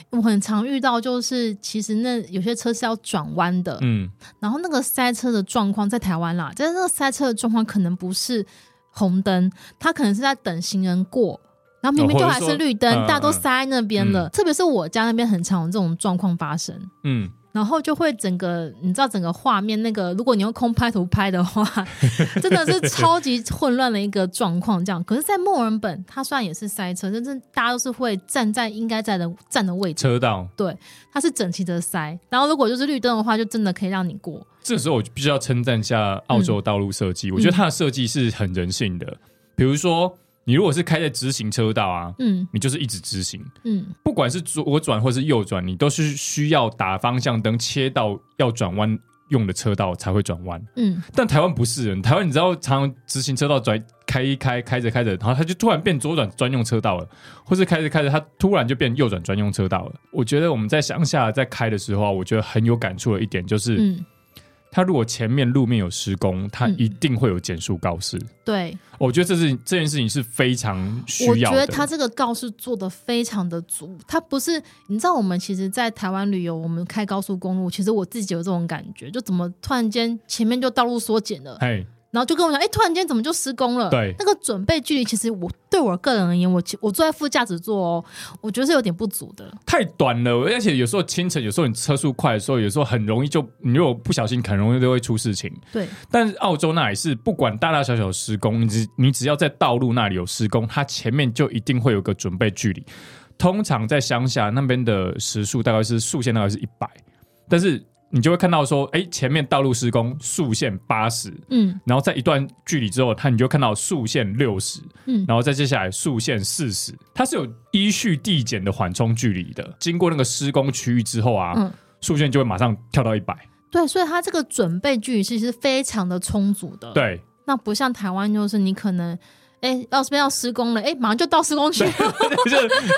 S1: 我很常遇到，就是其实那有些车是要转弯的，
S2: 嗯，
S1: 然后那个塞车的状况在台湾啦，但是那个塞车的状况可能不是红灯，他可能是在等行人过，然后明明
S2: 哦
S1: 就
S2: 或者
S1: 还
S2: 说
S1: 是绿灯，
S2: 嗯
S1: 大家都塞在那边了。
S2: 嗯
S1: 特别是我家那边很常有这种状况发生，
S2: 嗯，
S1: 然后就会整个你知道整个画面那个，如果你用空拍图拍的话， 真的是超级混乱的一个状况。这样，可是，在墨尔本，它虽然也是塞车，但是大家都是会站在应该在的站的位置，
S2: 车道
S1: 它是整齐的塞。然后，如果就是绿灯的话，就真的可以让你过。
S2: 这时候我就必须要称赞一下澳洲道路设计，我觉得它的设计是很人性的。比如说，你如果是开在直行车道啊，
S1: 嗯
S2: 你就是一直直行，
S1: 嗯。
S2: 不管是左转或是右转，你都是需要打方向灯切到要转弯用的车道才会转弯。
S1: 嗯，
S2: 但台湾不是，台湾你知道，常常直行车道转开一开，开着开着，然后它就突然变左转专用车道了，或是开着开着，它突然就变右转专用车道了。我觉得我们在乡下在开的时候啊，我觉得很有感触的一点就是，
S1: 嗯，
S2: 它如果前面路面有施工，它一定会有减速告示。
S1: 对，
S2: 我觉得这是这件事情是非常需
S1: 我
S2: 要
S1: 觉
S2: 的。
S1: 得他这个告示做的非常的足，他不是你知道，我们其实，在台湾旅游，我们开高速公路，其实我自己有这种感觉，就怎么突然间前面就道路缩减了，
S2: 嘿，
S1: 然后就跟我讲，哎，突然间怎么就施工了？
S2: 对
S1: 那个准备距离，其实我对我个人而言，我其我坐在副驾驶座哦，我觉得是有点不足的。
S2: 太短了，而且有时候清晨，有时候你车速快的时候，有时候很容易就你如果不小心，很容易就会出事情。
S1: 对，
S2: 但是澳洲那里是不管大大小小的施工，你只你只要在道路那里有施工，它前面就一定会有个准备距离。通常在乡下那边的时速大概是速限大概是一百，但是你就会看到说，哎、前面道路施工速限八十，
S1: 嗯
S2: 然后在一段距离之后，它你就看到速限六十，
S1: 嗯，
S2: 然后再接下来速限四十，它是有依序递减的缓冲距离的。经过那个施工区域之后啊，
S1: 嗯
S2: 速限就会马上跳到一百。
S1: 对，所以他这个准备距离其实是非常的充足的。，
S2: 对，
S1: 那不像台湾，就是你可能，哎，要这边要施工了，哎，马上就到施工区了。
S2: 就是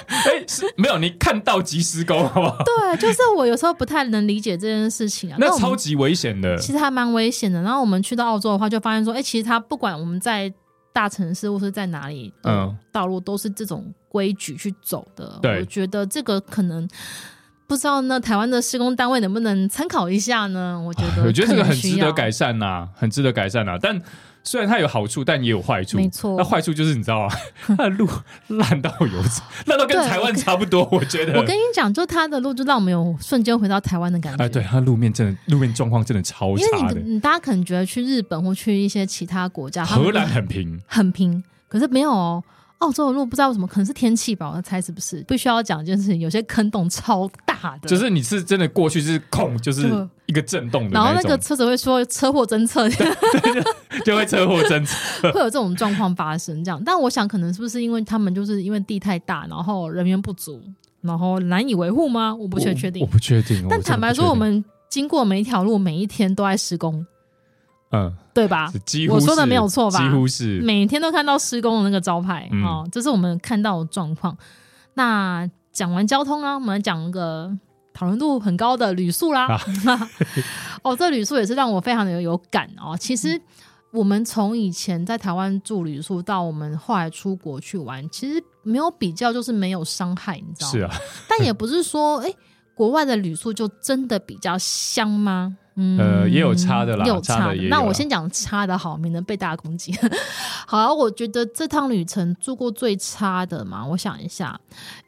S2: 哎、是没有你看到即施工，好不好？
S1: 对，就是我有时候不太能理解这件事情啊。但
S2: 那
S1: 我们
S2: 超级危险的。
S1: 其实还蛮危险的。然后我们去到澳洲的话，就发现说，哎、其实它不管我们在大城市或是在哪里，嗯
S2: 嗯，
S1: 道路都是这种规矩去走的。
S2: 对
S1: 我觉得这个可能不知道呢，台湾的施工单位能不能参考一下呢？我觉得，
S2: 我觉得这个很值得改。善呐、很值得改善呐、但虽然它有好处，但也有坏处。
S1: 没错
S2: 那坏处就是你知道啊， 它的路烂到有，烂到跟
S1: 对
S2: 台湾差不多，我觉
S1: 我跟
S2: 得。
S1: 你讲，就它的路就让我们有瞬间回到台湾的感觉。
S2: 哎，对，。它路面真的路面状况真的超
S1: 因为
S2: 差的。
S1: 你，你大家可能觉得去日本或去一些其他国家，他们
S2: 荷兰很平，
S1: 很平，可是没有哦。澳洲的路不知道为什么，可能是天气吧，我猜是不是？必须要讲一件事情，有些坑洞超大的，
S2: 就是你是真的过去是空，就是
S1: 对
S2: 一个震动的
S1: 然后
S2: 那
S1: 那
S2: 一种，
S1: 个车子会说车祸侦测， 会
S2: 就会车祸真。
S1: 有这种状况发生这样。但我想可能是不是因为他们就是因为地太大，然后人员不足，然后难以维护吗？我 不确确
S2: 我
S1: 定
S2: 我。不确定。
S1: 但
S2: 我真的
S1: 坦白
S2: 不确
S1: 说，我
S2: 定
S1: 们经过每一条路，每一天都在施工，
S2: 嗯，
S1: 对吧
S2: 是？几乎
S1: 我说的
S2: 是
S1: 没有错吧
S2: 几乎是
S1: 每天都看到施工的那个招牌、
S2: 嗯
S1: 哦，这是我们看到的状况。那讲完交通啊，我们来讲一个讨论度很高的旅宿
S2: 啊
S1: 啦。 哦，这旅宿也是让我非常的有有感哦。其实我们从以前在台湾住旅宿，到我们后来出国去玩，其实没有比较就是没有伤害，你知道吗？
S2: 是啊，
S1: 但也不是说，哎、国外的旅宿就真的比较香吗？嗯，
S2: 呃也有差的啦
S1: 也有
S2: 差
S1: 差
S2: 的也有啊
S1: 那我
S2: 啦
S1: 先讲差的好，免得被大家攻击。 好、我觉得这趟旅程住过最差的嘛，我想一下，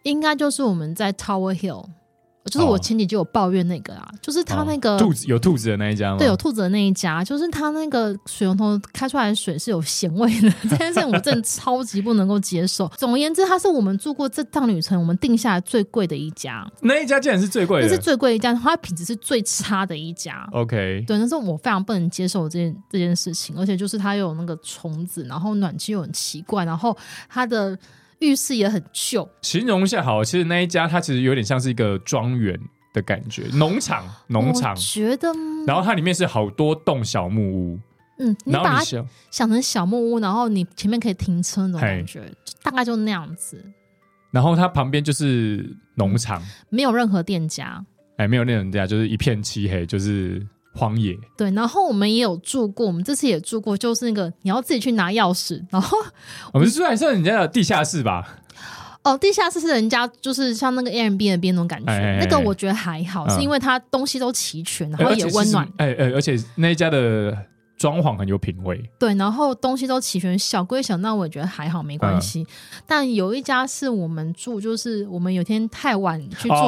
S1: 应该就是我们在 Tower Hill，就是我
S2: 哦
S1: 前几集有抱怨那个啊，就是他那个、
S2: 哦兔子有兔子的那一家吗？
S1: 对，有兔子的那一家，就是它那个水龙头开出来的水是有咸味的， 这件事情我真的超级不能够接受。 总而言之，它是我们住过这趟旅程我们定下来最贵的一家，
S2: 那一家竟然是最贵
S1: 那是
S2: 的。
S1: 最贵的一家，它品质是最差的一家。
S2: OK，
S1: 对，但是我非常不能接受这件这件事情，而且就是它又有那个虫子，然后暖气又很奇怪，然后它的浴室也很旧，
S2: 形容一下好，其实那一家它其实有点像是一个庄园的感觉，农场，农场
S1: 我，觉得，嗯
S2: 然后它里面是好多栋小木屋，
S1: 嗯，你
S2: 然后
S1: 把它
S2: 你想，
S1: 想成小木屋，然后你前面可以停车那种
S2: 嘿
S1: 感觉，就大概就那样子，
S2: 然后它旁边就是农场，
S1: 没有任何店家。
S2: 哎，没有那种家，就是一片漆黑，就是荒野。
S1: 对，然后我们也有住过，我们这次也住过，就是那个你要自己去拿钥匙，然后
S2: 我们是住在像人家的地下室吧？
S1: 哦，地下室是人家就是像那个 Airbnb 那种感觉，
S2: 哎哎哎
S1: 那个我觉得还好，
S2: 嗯
S1: 是因为它东西都齐全，然
S2: 哎
S1: 后
S2: 而
S1: 也
S2: 且
S1: 温
S2: 是
S1: 暖，
S2: 哎哎，而且那一家的装潢很有品味。
S1: 对，然后东西都齐全，小归小，那我也觉得还好，没
S2: 嗯
S1: 关系。但有一家是我们住，就是我们有天太晚去住宿了，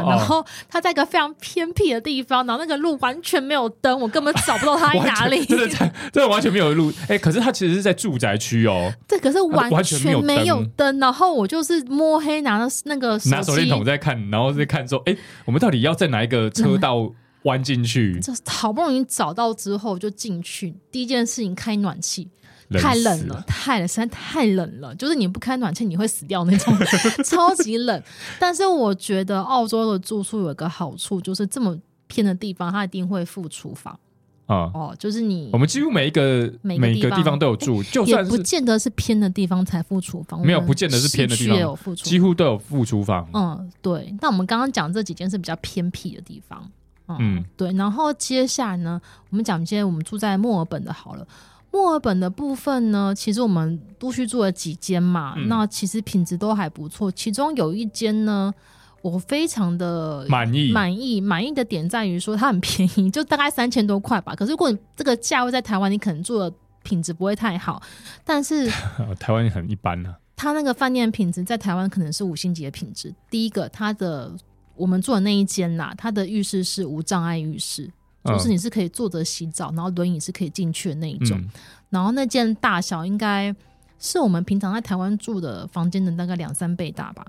S2: 哦哦哦
S1: 然后它在一个非常偏僻的地方，然后那个路完全没有灯，我根本找不到它在
S2: 完
S1: 哪
S2: 全
S1: 里。
S2: 真的在，真的完全没有路。哎、可是它其实是在住宅区哦，
S1: 对，可是
S2: 完
S1: 完
S2: 全
S1: 全
S2: 没有
S1: 没有
S2: 灯
S1: 灯，然后我就是摸黑拿着那个手
S2: 拿手
S1: 机
S2: 电，筒在看，然后在看说，哎、我们到底要在哪一个车道弯进去？
S1: 就是好不容易找到之后就进去。第一件事情开暖气，
S2: 冷
S1: 太
S2: 死
S1: 冷了，，太冷，实在太冷了，就是你不开暖气你会死掉那种， 超级冷。但是我觉得澳洲的住宿有一个好处，就是这么偏的地方，它一定会附厨房。
S2: 啊、
S1: 哦，就是你
S2: 我们几乎每一个
S1: 每
S2: 每
S1: 个地
S2: 个地
S1: 方
S2: 方都有住，就
S1: 也
S2: 算
S1: 不
S2: 是
S1: 见得是偏的地方才付厨房，
S2: 没有
S1: 我们
S2: 不见得是偏的地
S1: 市
S2: 方
S1: 区也有付厨
S2: 几乎都有副厨房。
S1: 嗯，对。那我们刚刚讲这几间是比较偏僻的地方，嗯，
S2: 嗯
S1: 对。然后接下来呢，我们讲一些我们住在墨尔本的好了。墨尔本的部分呢，其实我们陆续住了几间嘛，
S2: 嗯
S1: 那其实品质都还不错。其中有一间呢，我非常的
S2: 满意，
S1: 满意，满意的点在于说它很便宜，就大概三千多块吧。可是如果你这个价位在台湾，你可能住的品质不会太好，但是
S2: 哦台湾很一般啊。
S1: 它那个饭店品质在台湾可能是五星级的品质。第一个，它的我们住的那一间啦，它的浴室是无障碍浴室，
S2: 嗯
S1: 就是你是可以坐着洗澡，然后轮椅是可以进去的那一种。
S2: 嗯
S1: 然后那间大小应该是我们平常在台湾住的房间的大概两三倍大吧，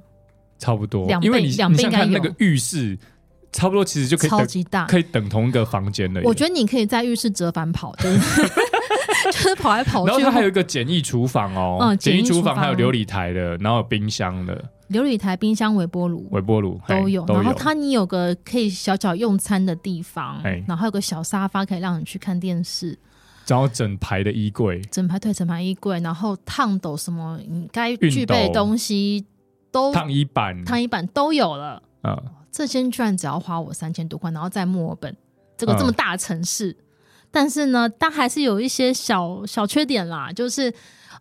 S2: 差不多
S1: 两，倍
S2: 因为你
S1: 两
S2: 你
S1: 倍应
S2: 想
S1: 该
S2: 看
S1: 有
S2: 那个浴室，差不多其实就可以
S1: 超
S2: 等
S1: 级大。
S2: 可以等同一个房间了耶。
S1: 我觉得你可以在浴室折返跑，就是 就是跑来跑
S2: 然后
S1: 去
S2: 它。还有一个简易厨房哦，
S1: 嗯
S2: 简
S1: 简易
S2: 易厨
S1: 厨房
S2: 房还有琉璃台的，然后有冰箱的、
S1: 琉璃台、冰箱、微波炉
S2: 微波炉嘿
S1: 都有，
S2: 都
S1: 然后
S2: 有。
S1: 它你有个可以小小用餐的地方
S2: 哎，
S1: 然后有个小沙发可以让你去看电视，
S2: 然后整排的衣柜，
S1: 整排对整排衣柜，然后烫斗什么你该具备的东西都
S2: 烫衣板，
S1: 烫衣板都有了。
S2: 嗯，
S1: 这间居然只要花我三千多块，然后在墨尔本这个
S2: 嗯
S1: 这么大的城市，但是呢，它还是有一些小小缺点啦，就是。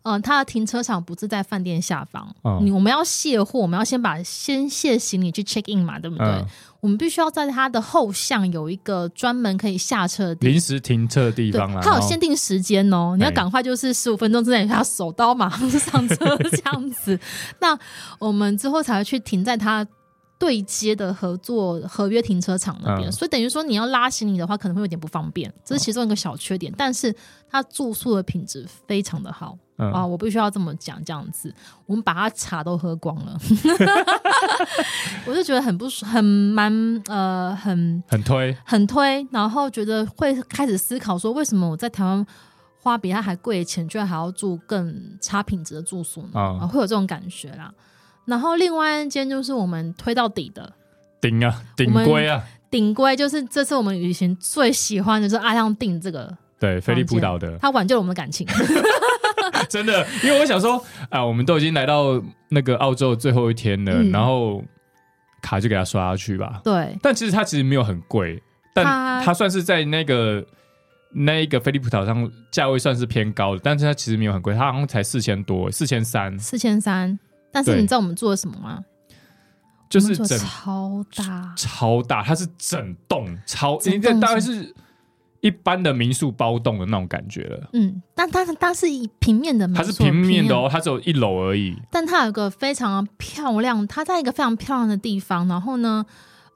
S1: 嗯、它的停车场不是在饭店下方，
S2: 嗯
S1: 你我们要卸货，我们要先把先卸行李去 check in 嘛，对不对？
S2: 嗯
S1: 我们必须要在它的后巷有一个专门可以下车的地
S2: 临时停车的地
S1: 对
S2: 方啦。，
S1: 它
S2: 然
S1: 有
S2: 后
S1: 限定时间哦，你要
S2: 哎
S1: 赶快就是十五分钟之内给他手刀马上就上车这样子。 那我们之后才会去停在它对接的合作合约停车场那边，
S2: 嗯
S1: 所以等于说你要拉行李的话，可能会有点不方便，这是其中一个小缺点。但是它住宿的品质非常的好。
S2: 嗯
S1: 啊，我必须要这么讲，这样子，我们把他茶都喝光了， 我就觉得很不舒很蛮呃很
S2: 很推，
S1: 很推，然后觉得会开始思考说，为什么我在台湾花比它还贵的钱，居然还要住更差品质的住宿呢？
S2: 嗯
S1: 啊，会有这种感觉啦。然后另外一间就是我们推到底的
S2: 顶啊，顶
S1: 们
S2: 规啊，
S1: 顶规，就是这次我们旅行最喜欢的就是阿亮订这个，
S2: 对，菲利普岛的，
S1: 他挽救了我们的感 情。
S2: 真的，因为我想说啊，我们都已经来到那个澳洲的最后一天了，
S1: 嗯
S2: 然后卡就给它刷下去吧。
S1: 对，
S2: 但其实它其实没有很贵，但
S1: 它
S2: 它算是在那个那一个飞利浦岛上价位算是偏高的，但是它其实没有很贵，它好像才四千多，四千三，
S1: 四千三。但是
S2: 对
S1: 你知道我们做了什么吗？
S2: 就
S1: 我
S2: 是
S1: 们做
S2: 整
S1: 超大，
S2: 超大，它是整栋超，
S1: 整
S2: 应
S1: 栋
S2: 该大概是一般的民宿包栋的那种感觉了。
S1: 嗯，但它它是以平面的没
S2: 它
S1: 错，
S2: 是平面的
S1: 平
S2: 哦，它只有一楼而已。
S1: 但它有一个非常漂亮，它在一个非常漂亮的地方。然后呢，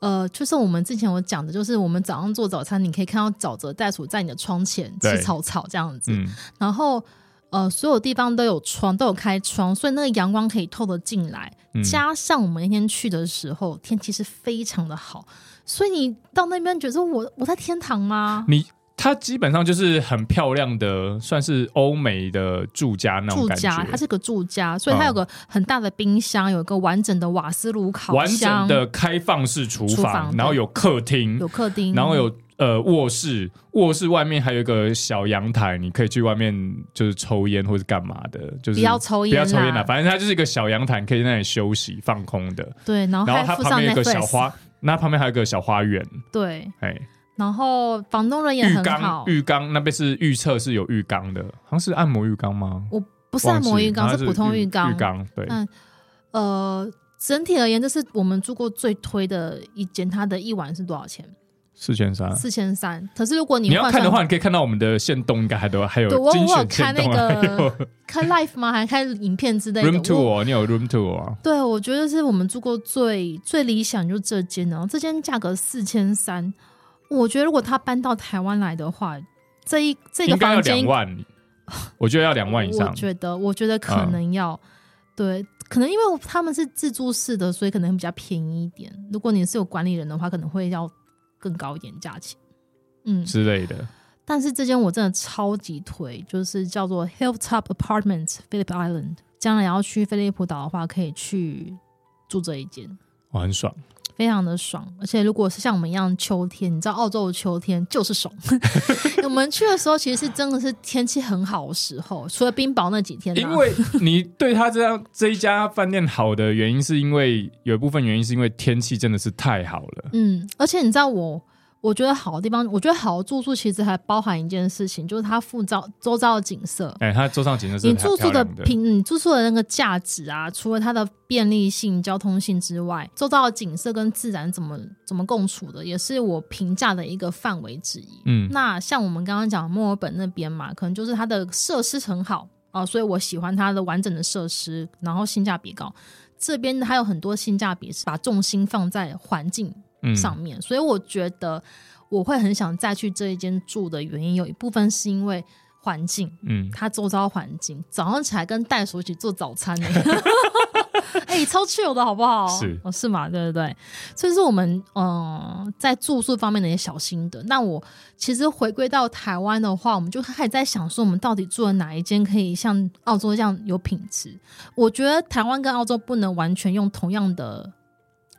S1: 呃，就是我们之前我讲的，就是我们早上做早餐，你可以看到沼泽袋鼠在你的窗前
S2: 对
S1: 吃草草这样子。
S2: 嗯，
S1: 然后呃，所有地方都有窗，都有开窗，所以那个阳光可以透得进来。
S2: 嗯
S1: 加上我们那天去的时候，天气是非常的好，所以你到那边觉得我我在天堂吗？
S2: 你它基本上就是很漂亮的，算是欧美的住家那种
S1: 住
S2: 感
S1: 家，它
S2: 觉，嗯
S1: 是个住家，所以它有个很大的冰箱，有一个完整的瓦斯炉烤箱，
S2: 完整的开放式厨
S1: 厨
S2: 房
S1: 房，
S2: 然后
S1: 对
S2: 有客厅
S1: 有，客厅，
S2: 然后有呃卧室，卧室外面还有一个小阳台，你可以去外面就是抽烟或者干嘛的，就是
S1: 不要抽
S2: 不
S1: 烟啦，
S2: 要抽烟啦，反正它就是一个小阳台，你可以在那里休息放空的。
S1: 对，然后
S2: 然后
S1: 哦还
S2: 它
S1: 附
S2: 旁
S1: 上
S2: 边有一个小
S1: Netflix
S2: 花，那旁边还有一个小花园，
S1: 对，
S2: 哎，
S1: 然后房东人也
S2: 浴
S1: 很好
S2: 缸，浴缸那边是预测是有浴缸的，好像是按摩浴缸吗？
S1: 我不是按哦摩浴缸，
S2: 忘记
S1: 是普通
S2: 它浴
S1: 缸，
S2: 浴缸对，
S1: 嗯呃。整体而言，这是我们住过最推的一间，它的一晚是多少钱？
S2: 四千三。
S1: 四千三。可是如果
S2: 嗯你
S1: 你
S2: 要
S1: 换
S2: 看
S1: 算
S2: 的话，你可以看到我们的线动，应该还都还有
S1: 对我
S2: 精
S1: 我有
S2: 选
S1: 看
S2: 线
S1: 那
S2: 动啊，还 有
S1: 个看 live 吗？还是看影片之类的
S2: room
S1: 我
S2: tour，你有 room tour 啊？
S1: 对，我觉得是我们住过最最理想就这间，然后这间价格四千三，我觉得如果他搬到台湾来的话，这一这个
S2: 应该要
S1: 房间
S2: 两万，我觉得要两万以
S1: 我
S2: 上。
S1: 觉得，我觉得可
S2: 嗯
S1: 能要、对，可能因为我他们是自助式的，所以可能比较便宜一点。如果你是有管理人的话，可能会要更高一点价钱。嗯，
S2: 之类的，
S1: 但是这间我真的超级推，就是叫做 Hilltop Apartments Phillip Island。将来要去菲利普岛的话，可以去住这一间，
S2: 我很爽。
S1: 非常的爽。而且如果是像我们一样秋天，你知道澳洲的秋天就是爽。 我们去的时候其实是真的是天气很好的时候，除了冰雹那几天、啊，
S2: 因为 你对他这样这一家饭店好的原因，是因为有一部分原因是因为天气真的是太好了。
S1: 嗯，而且你知道我。我觉得好的地方，我觉得好的住宿其实还包含一件事情，就是它附照周遭的景色。
S2: 哎、它周上景色是
S1: 你
S2: 很
S1: 住宿
S2: 漂
S1: 的
S2: 亮的
S1: 品，你住宿的那个价值啊，除了它的便利性、交通性之外，周遭的景色跟自然怎么怎么共处的，也是我评价的一个范围之一。
S2: 嗯
S1: 那像我们刚刚讲墨尔本那边嘛，可能就是它的设施很好哦、所以我喜欢它的完整的设施，然后性价比高。这边还有很多性价比是把重心放在环境
S2: 嗯
S1: 上面，所以我觉得我会很想再去这一间住的原因，有一部分是因为环境，
S2: 嗯，
S1: 它周遭环境，早上起来跟袋鼠一起做早餐呢、 哎、超 chill 的好不好？
S2: 是
S1: 哦，是嘛？对对对，所以是我们嗯、呃在住宿方面的一些小心得。那我其实回归到台湾的话，我们就开始在想说，我们到底住的哪一间可以像澳洲这样有品质？我觉得台湾跟澳洲不能完全用同样的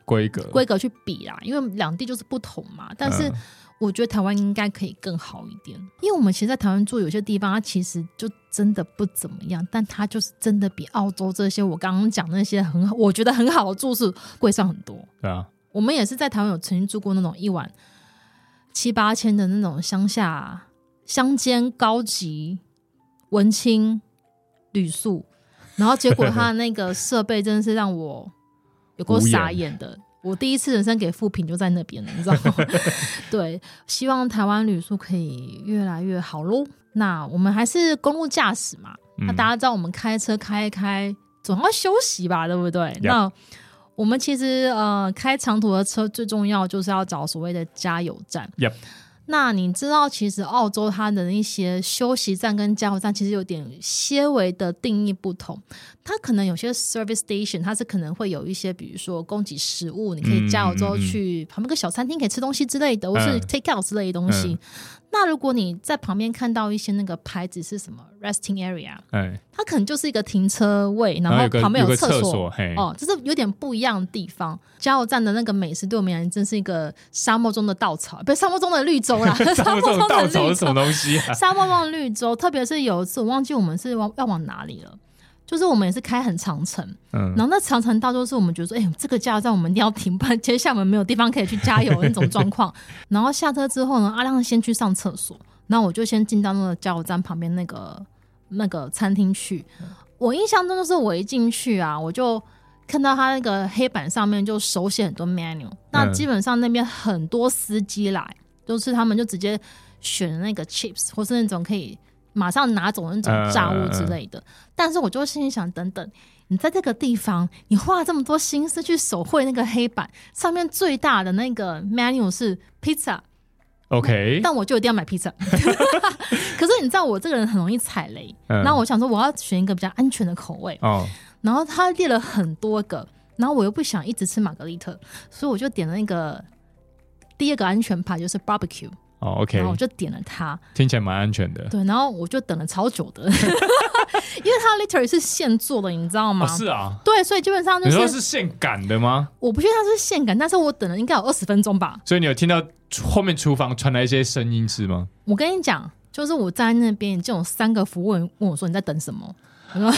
S2: 规格
S1: 规格去比啦，因为两地就是不同嘛。但是
S2: 嗯
S1: 我觉得台湾应该可以更好一点，因为我们其实，在台湾住有些地方，它其实就真的不怎么样，但它就是真的比澳洲这些我刚刚讲那些很好，我觉得很好的住宿贵上很多。
S2: 对啊，
S1: 我们也是在台湾有曾经住过那种一晚七八千的那种乡下乡间高级文青旅宿，然后结果他的那个设备真的是让我有够
S2: 无言
S1: 傻眼的。我第一次人生给负评就在那边了，你知道吗？对，希望台湾旅宿可以越来越好喽。那我们还是公路驾驶嘛，那
S2: 嗯
S1: 大家知道我们开车开一开，总要休息吧，对不对
S2: Yep
S1: 那我们其实呃，开长途的车最重要就是要找所谓的加油站。
S2: Yep
S1: 那你知道，其实澳洲它的一些休息站跟加油站其实有点些微的定义不同。它可能有些 service station，它是可能会有一些，比如说供给食物，你可以加油之后
S2: 嗯嗯嗯
S1: 去旁边个小餐厅可以吃东西之类的，或是
S2: 嗯
S1: take out 之类的东西。
S2: 嗯
S1: 那如果你在旁边看到一些那个牌子是什么 resting area，
S2: 哎，
S1: 它可能就是一个停车位，然
S2: 然后
S1: 后
S2: 有个
S1: 旁边
S2: 有个
S1: 厕
S2: 厕哎嘿，
S1: 哦，这是有点不一样的地方。加油站的那个美食对我们而言真是一个沙漠中的稻草，不是沙漠中的绿洲 啦，沙
S2: 这
S1: 漠
S2: 种
S1: 中
S2: 稻
S1: 的
S2: 草
S1: 绿
S2: 是什么
S1: 洲，
S2: 东西啊？
S1: 沙漠中的绿洲。特别是有一次，我忘记我们是往要往哪里了，就是我们也是开很长程，
S2: 嗯
S1: 然后那长城道就是我们觉得说，哎、这个加油站我们一定要停，不然接下来我们没有地方可以去加油那种状 况。然后下车之后呢，阿亮先去上厕所，然后我就先进到那个加油站旁边那个那个餐厅去。我印象中就是我一进去啊，我就看到他那个黑板上面就手写很多 menu，那
S2: 嗯
S1: 基本上那边很多司机来，就是他们就直接选那个 chips 或是那种可以马上拿走的那
S2: 嗯
S1: 种炸物之类的。但是我就心里想，等等，你在这个地方，你花了这么多心思去手绘那个黑板，上面最大的那个 menu 是 pizza，
S2: ，OK，
S1: 但我就一定要买 pizza。可是你知道我这个人很容易踩雷，
S2: 嗯
S1: 然后我想说我要选一个比较安全的口味，
S2: 哦，
S1: 然后他列了很多个，然后我又不想一直吃玛格丽特，所以我就点了那个。第二个安全牌就是 barbecue，
S2: 哦，OK，
S1: 然后我就点了它，
S2: 听起来蛮安全的。
S1: 对，然后我就等了超久的，因为 它 literally 是现做的，你知道吗？
S2: 哦，是啊，
S1: 对，所以基本上就
S2: 你说
S1: 是
S2: 是现赶的吗？
S1: 我不确定它是现擀，但是我等了应该有二十分钟吧。
S2: 所以你有听到后面厨房传来一些声音是吗？
S1: 我跟你讲，就是我站在那边，已经有三个服务员问我说你在等什么。我 说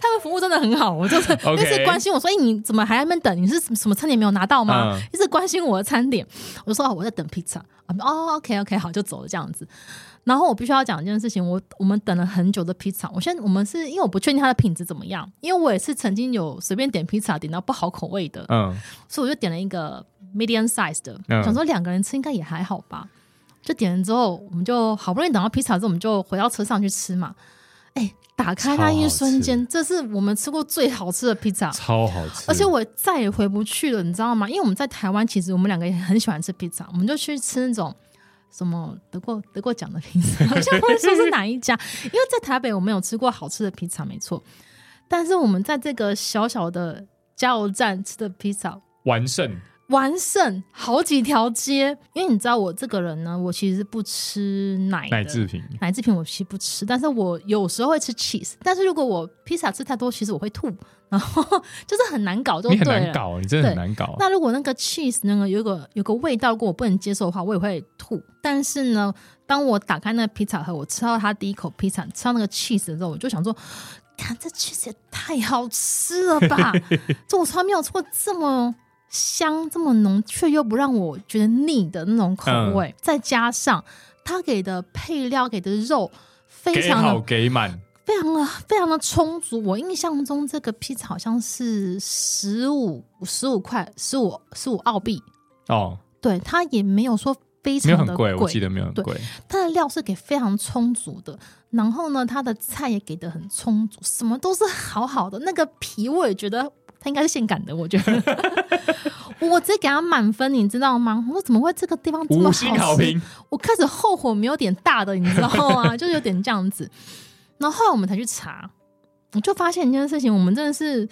S1: 他们服务真的很好，我就是
S2: OK
S1: 一直关心我说：“哎、你怎么还在那边等？你是什么餐点没有拿到吗？”
S2: 嗯
S1: 一直关心我的餐点，我就说：“哦，我在等披萨。”啊，哦，OK OK，好，就走了这样子。然后我必须要讲一件事情，我我们等了很久的披萨，我现在我们是因为我不确定它的品质怎么样，因为我也是曾经有随便点披萨点到不好口味的，
S2: 嗯，
S1: 所以我就点了一个 medium size 的，
S2: 嗯
S1: 想说两个人吃应该也还好吧。就点了之后，我们就好不容易等到披萨之后，我们就回到车上去吃嘛。哎、打开那一瞬间，这是我们吃过最好吃的披萨，
S2: 超好吃，
S1: 而且我再也回不去了，你知道吗？因为我们在台湾，其实我们两个也很喜欢吃披萨，我们就去吃那种。什么得过得过奖的披 萨，我现在不会说是哪一家，因为在台北我们有吃过好吃的披萨，没错。但是我们在这个小小的加油站吃的披萨，
S2: 完胜
S1: 完胜好几条街。因为你知道我这个人呢，我其实不吃奶的
S2: 奶制品，
S1: 奶制品我其实不吃，但是我有时候会吃 cheese。但是如果我披萨吃太多，其实我会吐，然后 就是很难搞，就
S2: 你很
S1: 对
S2: 难
S1: 了。
S2: 搞，啊你真的很难搞。
S1: 那如果那个 cheese 那个有个有个味道，如果我不能接受的话，我也会吐。但是呢，当我打开那个披萨盒，我吃到它第一口披萨，吃到那个 cheese 的时候，我就想 说，看这 cheese 也太好吃了吧！这我从来没有吃过这么香、这么浓，却又不让我觉得腻的那种口味。
S2: 嗯
S1: 再加上它给的配料、给的肉。非
S2: 给
S1: 常的
S2: 好给满，
S1: 非常的非常的充足。我印象中这个披萨好像是十五十五块十五十五澳币，
S2: 哦，
S1: 对，它也没有说非
S2: 没有
S1: 常
S2: 很
S1: 的
S2: 贵，我记得没有很
S1: 对
S2: 贵。
S1: 它的料是给非常充足的，然后呢，它的菜也给的很充足，什么都是好好的。那个皮我也觉得它应该是现擀的，我觉得。 我直接给它满分，你知道吗？我说怎么会这个地方这么
S2: 五
S1: 好
S2: 星好
S1: 吃
S2: 评，
S1: 我开始后悔没有点大的，你知道 吗？就是有点这样子。然后后来我们才去查，我就发现一件事情，我们真的是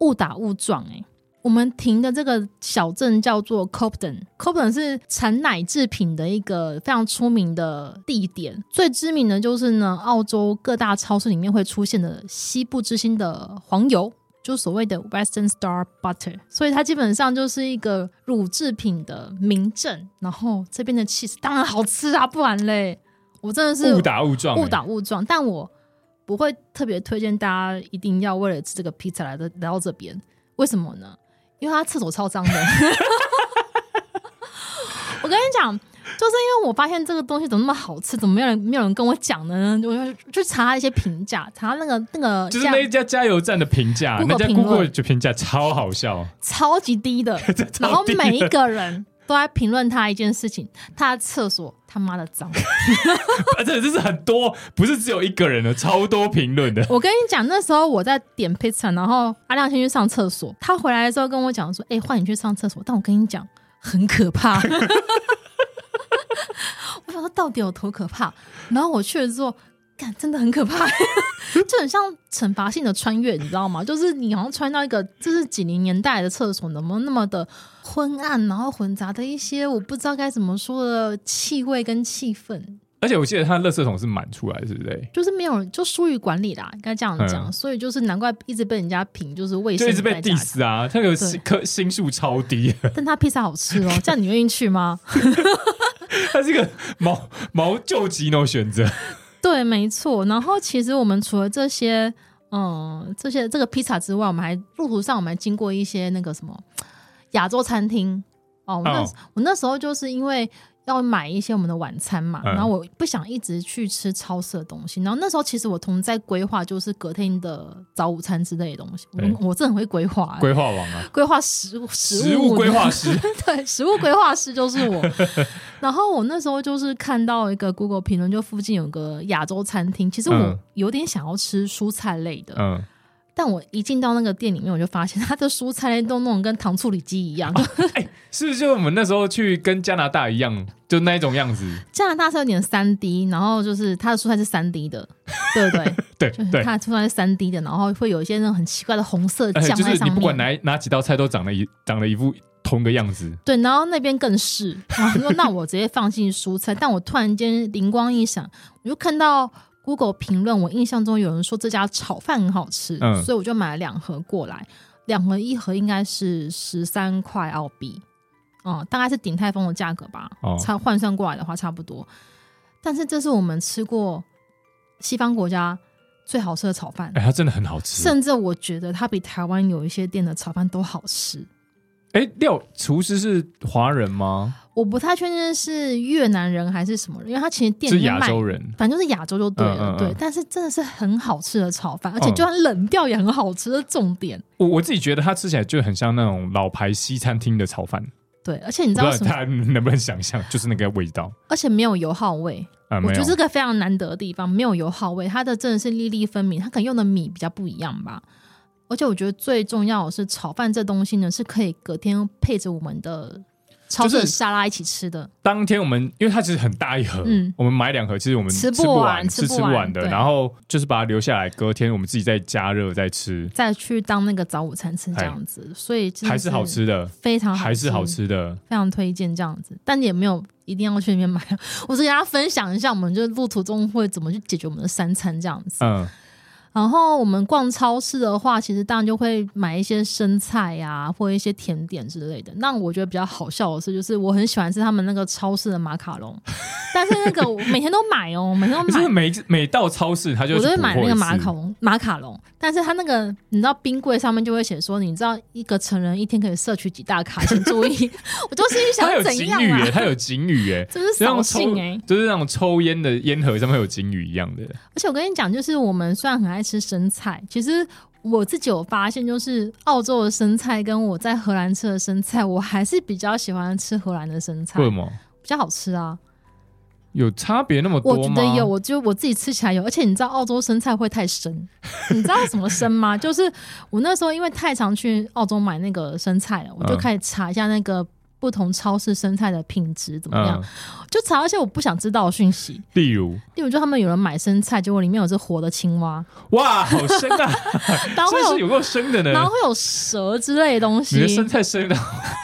S1: 误打误撞哎、我们停的这个小镇叫做 Cobden，Cobden 是产奶制品的一个非常出名的地点，最知名的就是呢，澳洲各大超市里面会出现的西部之星的黄油，就所谓的 Western Star Butter，所以它基本上就是一个乳制品的名镇。然后这边的 cheese 当然好吃啊，不然嘞，我真的是
S2: 误打误撞、欸，
S1: 误打误撞，但我不会特别推荐大家一定要为了吃这个披萨来的来到这边，为什么呢？因为它厕所超脏的。 我跟你讲，就是因为我发现这个东西怎么那么好吃，怎么没有人没有人跟我讲呢？我就去查一些评价，查那个那个
S2: 就是
S1: 价
S2: 那一家加油站的评价，那
S1: Google
S2: 家
S1: 评论
S2: Google 就评价超好笑，
S1: 超级低 的，然后每一个人都在评论他一件事情，他的厕所他妈的脏。
S2: 而且这是很多，不是只有一个人的，超多评论的。
S1: 我跟你讲，那时候我在点 pizza，然后阿亮先去上厕所，他回来的时候跟我讲说：“哎、换你去上厕所。”但我跟你讲，很可怕。 我想说到底有多可怕？然后我去了之后，干真的很可怕， 就很像惩罚性的穿越，你知道吗？就是你好像穿到一个这是几零年代的厕所，怎么那么的昏暗，然后混杂的一些我不知道该怎么说的气味跟气氛，
S2: 而且我记得他的垃圾桶是满出来，是不是？
S1: 就是没有就疏于管理啦，应该这样讲，
S2: 嗯
S1: 所以就是难怪一直被人家评，就是卫
S2: 就
S1: 生
S2: 一直被
S1: 在家
S2: diss 啊，他有
S1: 对
S2: 颗心数超低，
S1: 但他披萨好吃哦，这样你愿意去吗？
S2: 他是个毛毛救急 no 选择。
S1: 啊对，没错。然后其实我们除了这些，嗯，这些这个披萨之外，我们还路途上我们还经过一些那个什么亚洲餐厅哦。我那、
S2: 哦
S1: 我那时候就是因为要买一些我们的晚餐嘛，
S2: 嗯
S1: 然后我不想一直去吃超市的东西。然后那时候其实我同在规划就是隔天的早午餐之类的东西。
S2: 对
S1: 我我真的很会规划、欸
S2: 规划王啊，
S1: 规划食物
S2: 食物规 划师
S1: 对，食物规划师就是我。 然后我那时候就是看到一个 Google 评论，就附近有个亚洲餐厅，其实我
S2: 嗯
S1: 有点想要吃蔬菜类的，
S2: 嗯，
S1: 但我一进到那个店里面，我就发现它的蔬菜类都弄得跟糖醋里脊一样。
S2: 啊是不是就我们那时候去跟加拿大一样，就那一种样子？
S1: 加拿大是有点三 D，然后就是它的蔬菜是三 D 的，对不对？
S2: 对
S1: 就是
S2: 对，
S1: 它的蔬菜是三 D 的，然后会有一些那种很奇怪的红色
S2: 而且
S1: 酱
S2: 哎就
S1: 在
S2: 是
S1: 上
S2: 你不管
S1: 面。
S2: 哪一哪几道菜都长得一长得一副同个样子，
S1: 对，然后那边更是，然后说那我直接放进蔬菜，但我突然间灵光一闪，我就看到 Google 评论，我印象中有人说这家炒饭很好吃，
S2: 嗯
S1: 所以我就买了两盒过来，两盒一盒应该是十三块澳币，哦、大概是鼎泰丰的价格吧
S2: 哦，
S1: 差换算过来的话差不多。但是这是我们吃过西方国家最好吃的炒饭，
S2: 哎、它真的很好吃。
S1: 甚至我觉得它比台湾有一些店的炒饭都好吃。
S2: 哎、廖厨师是华人吗？
S1: 我不太确定是越南人还是什么人，因为他其实店
S2: 是
S1: 里面
S2: 亚
S1: 卖，
S2: 洲人，
S1: 反正就是亚洲就对了，
S2: 嗯嗯嗯嗯
S1: 对。但是真的是很好吃的炒饭，而且就算冷掉也很好吃，这是重点。
S2: 我我自己觉得它吃起来就很像那种老牌西餐厅的炒饭，
S1: 对，而且你
S2: 不
S1: 知
S2: 知
S1: 道
S2: 道
S1: 什么？
S2: 大家能不能想象，就是那个味道
S1: 而且没有油耗味，
S2: 啊、
S1: 我
S2: 没
S1: 觉
S2: 有
S1: 得，这个非常难得的地方，没有油耗味，它的真的是粒粒分明，它可能用的米比较不一样吧。而且我觉得最重要的是，炒饭这东西呢是可以隔天配着我们的炒
S2: 就
S1: 粉
S2: 是
S1: 沙拉一起吃的，
S2: 当天我们因为它其实很大一盒，
S1: 嗯
S2: 我们买两盒，其实我们
S1: 吃不
S2: 不
S1: 完吃
S2: 是
S1: 不
S2: 吃不
S1: 完
S2: 完的。
S1: 对
S2: 然后就是把它留下来，隔天我们自己再加热再吃，
S1: 再去当那个早午餐吃这样子，所以真的
S2: 还是好，吃的，
S1: 非常
S2: 还是好，吃的。
S1: 非常推荐这样子，但也没有一定要去那边买。 我是跟大家分享一下，我们就是路途中会怎么去解决我们的三餐这样子。
S2: 嗯，
S1: 然后我们逛超市的话，其实当然就会买一些生菜呀、或一些甜点之类的。那我觉得比较好笑的是，就是我很喜欢吃他们那个超市的马卡龙，但是那个我每天都买哦，我每天都
S2: 可是
S1: 买。
S2: 每每到超市，它就
S1: 我都
S2: 去
S1: 会
S2: 补
S1: 买
S2: 货
S1: 那个
S2: 一
S1: 马
S2: 次
S1: 卡龙，马卡龙，但是它那个你知道冰柜上面就会写说，你知道一个成人一天可以摄取几大卡，请注意。我就心里想
S2: 它有
S1: 怎
S2: 警
S1: 样
S2: 语耶，
S1: 啊，
S2: 它有警 语耶，
S1: 真是
S2: 就像
S1: 扫
S2: 抽
S1: 兴哎、
S2: 就是那种抽烟的烟盒上面有警语一样的。
S1: 而且我跟你讲，就是我们虽然很爱吃生菜，其实我自己有发现，就是澳洲的生菜跟我在荷兰吃的生菜，我还是比较喜欢吃荷兰的生菜
S2: 为，什么
S1: 比较好吃啊。
S2: 有差别那么
S1: 我
S2: 多
S1: 觉
S2: 吗？
S1: 得有，我就我自己吃起来有。而且你知道澳洲生菜会太 生，你知道什么生吗？就是我那时候因为太常去澳洲买那个生菜了，我就
S2: 嗯
S1: 开始查一下那个。不同超市生菜的品质怎么样？
S2: 嗯，
S1: 就查一些我不想知道的讯息，
S2: 例如
S1: 例如就他们有人买生菜，结果里面有只活的青蛙，
S2: 哇，好深 啊，
S1: 然后会
S2: 这
S1: 有
S2: 是有够深的
S1: 然
S2: 呢
S1: 后。会有蛇之类的东西，
S2: 你的生
S1: 对
S2: 菜深到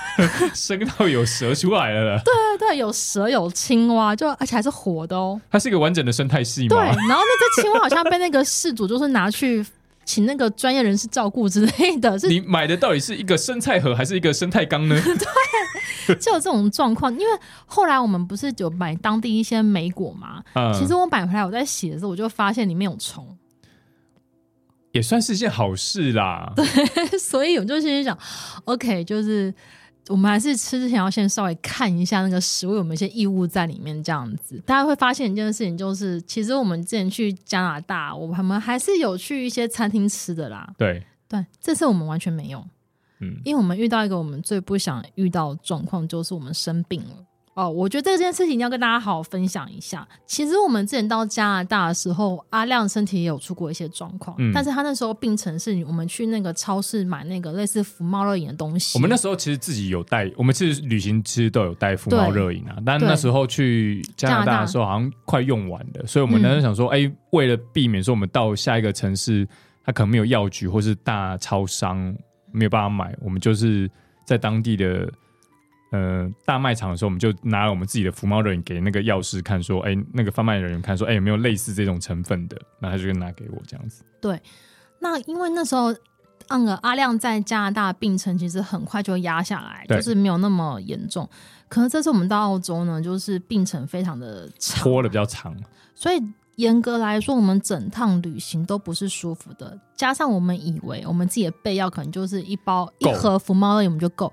S2: 深到有蛇出来了了，
S1: 对，有蛇有青蛙，就而且还是活的哦。
S2: 它是一个完整的生态系
S1: 对，
S2: 吗？
S1: 然后那只青蛙好像被那个事主就是拿去请那个专业人士照顾之类的，是
S2: 你买的到底是一个生菜盒还是一个生态 缸呢？
S1: 就有这种状况。因为后来我们不是有买当地一些莓果嘛，
S2: 嗯，
S1: 其实我买回来我在洗的时候，我就发现里面有虫，
S2: 也算是一件好事啦。
S1: 所以我就心里想，OK，就是。我们还是吃之前要先稍微看一下那个食物有没有一些异物在里面，这样子大家会发现一件事情，就是其实我们之前去加拿大，我们还是有去一些餐厅吃的啦。
S2: 对，
S1: 对，这次我们完全没有，
S2: 嗯，
S1: 因为我们遇到一个我们最不想遇到的状况，就是我们生病了。哦，我觉得这件事情一定要跟大家好好分享一下。其实我们之前到加拿大的时候，阿亮身体也有出过一些状况，
S2: 嗯
S1: 但是他那时候病程是我们去那个超市买那个类似福猫乐饮的东西。
S2: 我们那时候其实自己有带，我们其实旅行其实都有带福猫热饮啊，但
S1: 对
S2: 那时候去加拿
S1: 加拿
S2: 大
S1: 大嗯
S2: 的时候好像快用完了，所以我们那时候想说，哎、为了避免说我们到下一个城市，它可能没有药局或是大超商没有办法买，我们就是在当地的。呃，大卖场的时候，我们就拿了我们自己的福猫热饮给那个药师看，说，哎、那个贩卖人员看，说，哎、有没有类似这种成分的？然后他就拿给我这样子。
S1: 那因为那时候，那个阿亮在加拿大病程其实很快就压下来，
S2: 对
S1: 就是没有那么严重。可是这次我们到澳洲呢，就是病程非常的长，
S2: 拖的比较长，
S1: 所以严格来说，我们整趟旅行都不是舒服的。加上我们以为我们自己的备药可能就是一包一
S2: 够
S1: 盒福猫乐饮我们就够，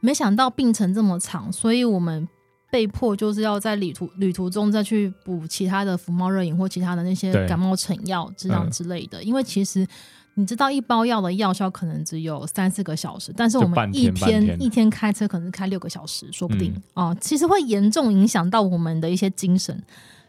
S1: 没想到病程这么长，所以我们被迫就是要在旅途旅途中再去补其他的福猫热饮或其他的那些
S2: 对
S1: 感冒成药、治疗
S2: 嗯
S1: 之类的，因为其实。你知道一包药的药效可能只有三四个小时，但是我
S2: 就半
S1: 们
S2: 天
S1: 一
S2: 半天
S1: 一天开车可能开六个小时，说不定
S2: 嗯
S1: 哦、其实会严重影响到我们的一些精神，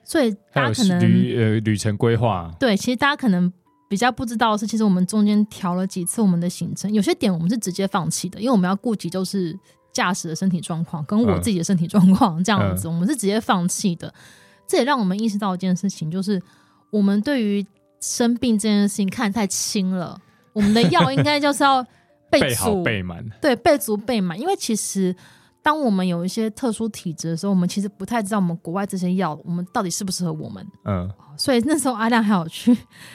S1: 所以
S2: 还
S1: 大
S2: 有
S1: 家可能
S2: 旅呃旅程规划，
S1: 对，其实大家可能比较不知道的是，其实我们中间调了几次我们的行程，有些点我们是直接放弃的，因为我们要顾及就是驾驶的身体状况跟我
S2: 嗯
S1: 自己的身体状况这样子，我们是直接放弃的。这也让我们意识到一件事情，就是我们对于生病这件事情看得太轻了，我们的药应该就是要备
S2: 备好
S1: 足，
S2: 备满，
S1: 对，备足备满，因为其实。当我们有一些特殊体质的时候，我们其实不太知道我们国外这些药，我们到底适不适合我们。
S2: 嗯，
S1: 所以那时候阿亮还有去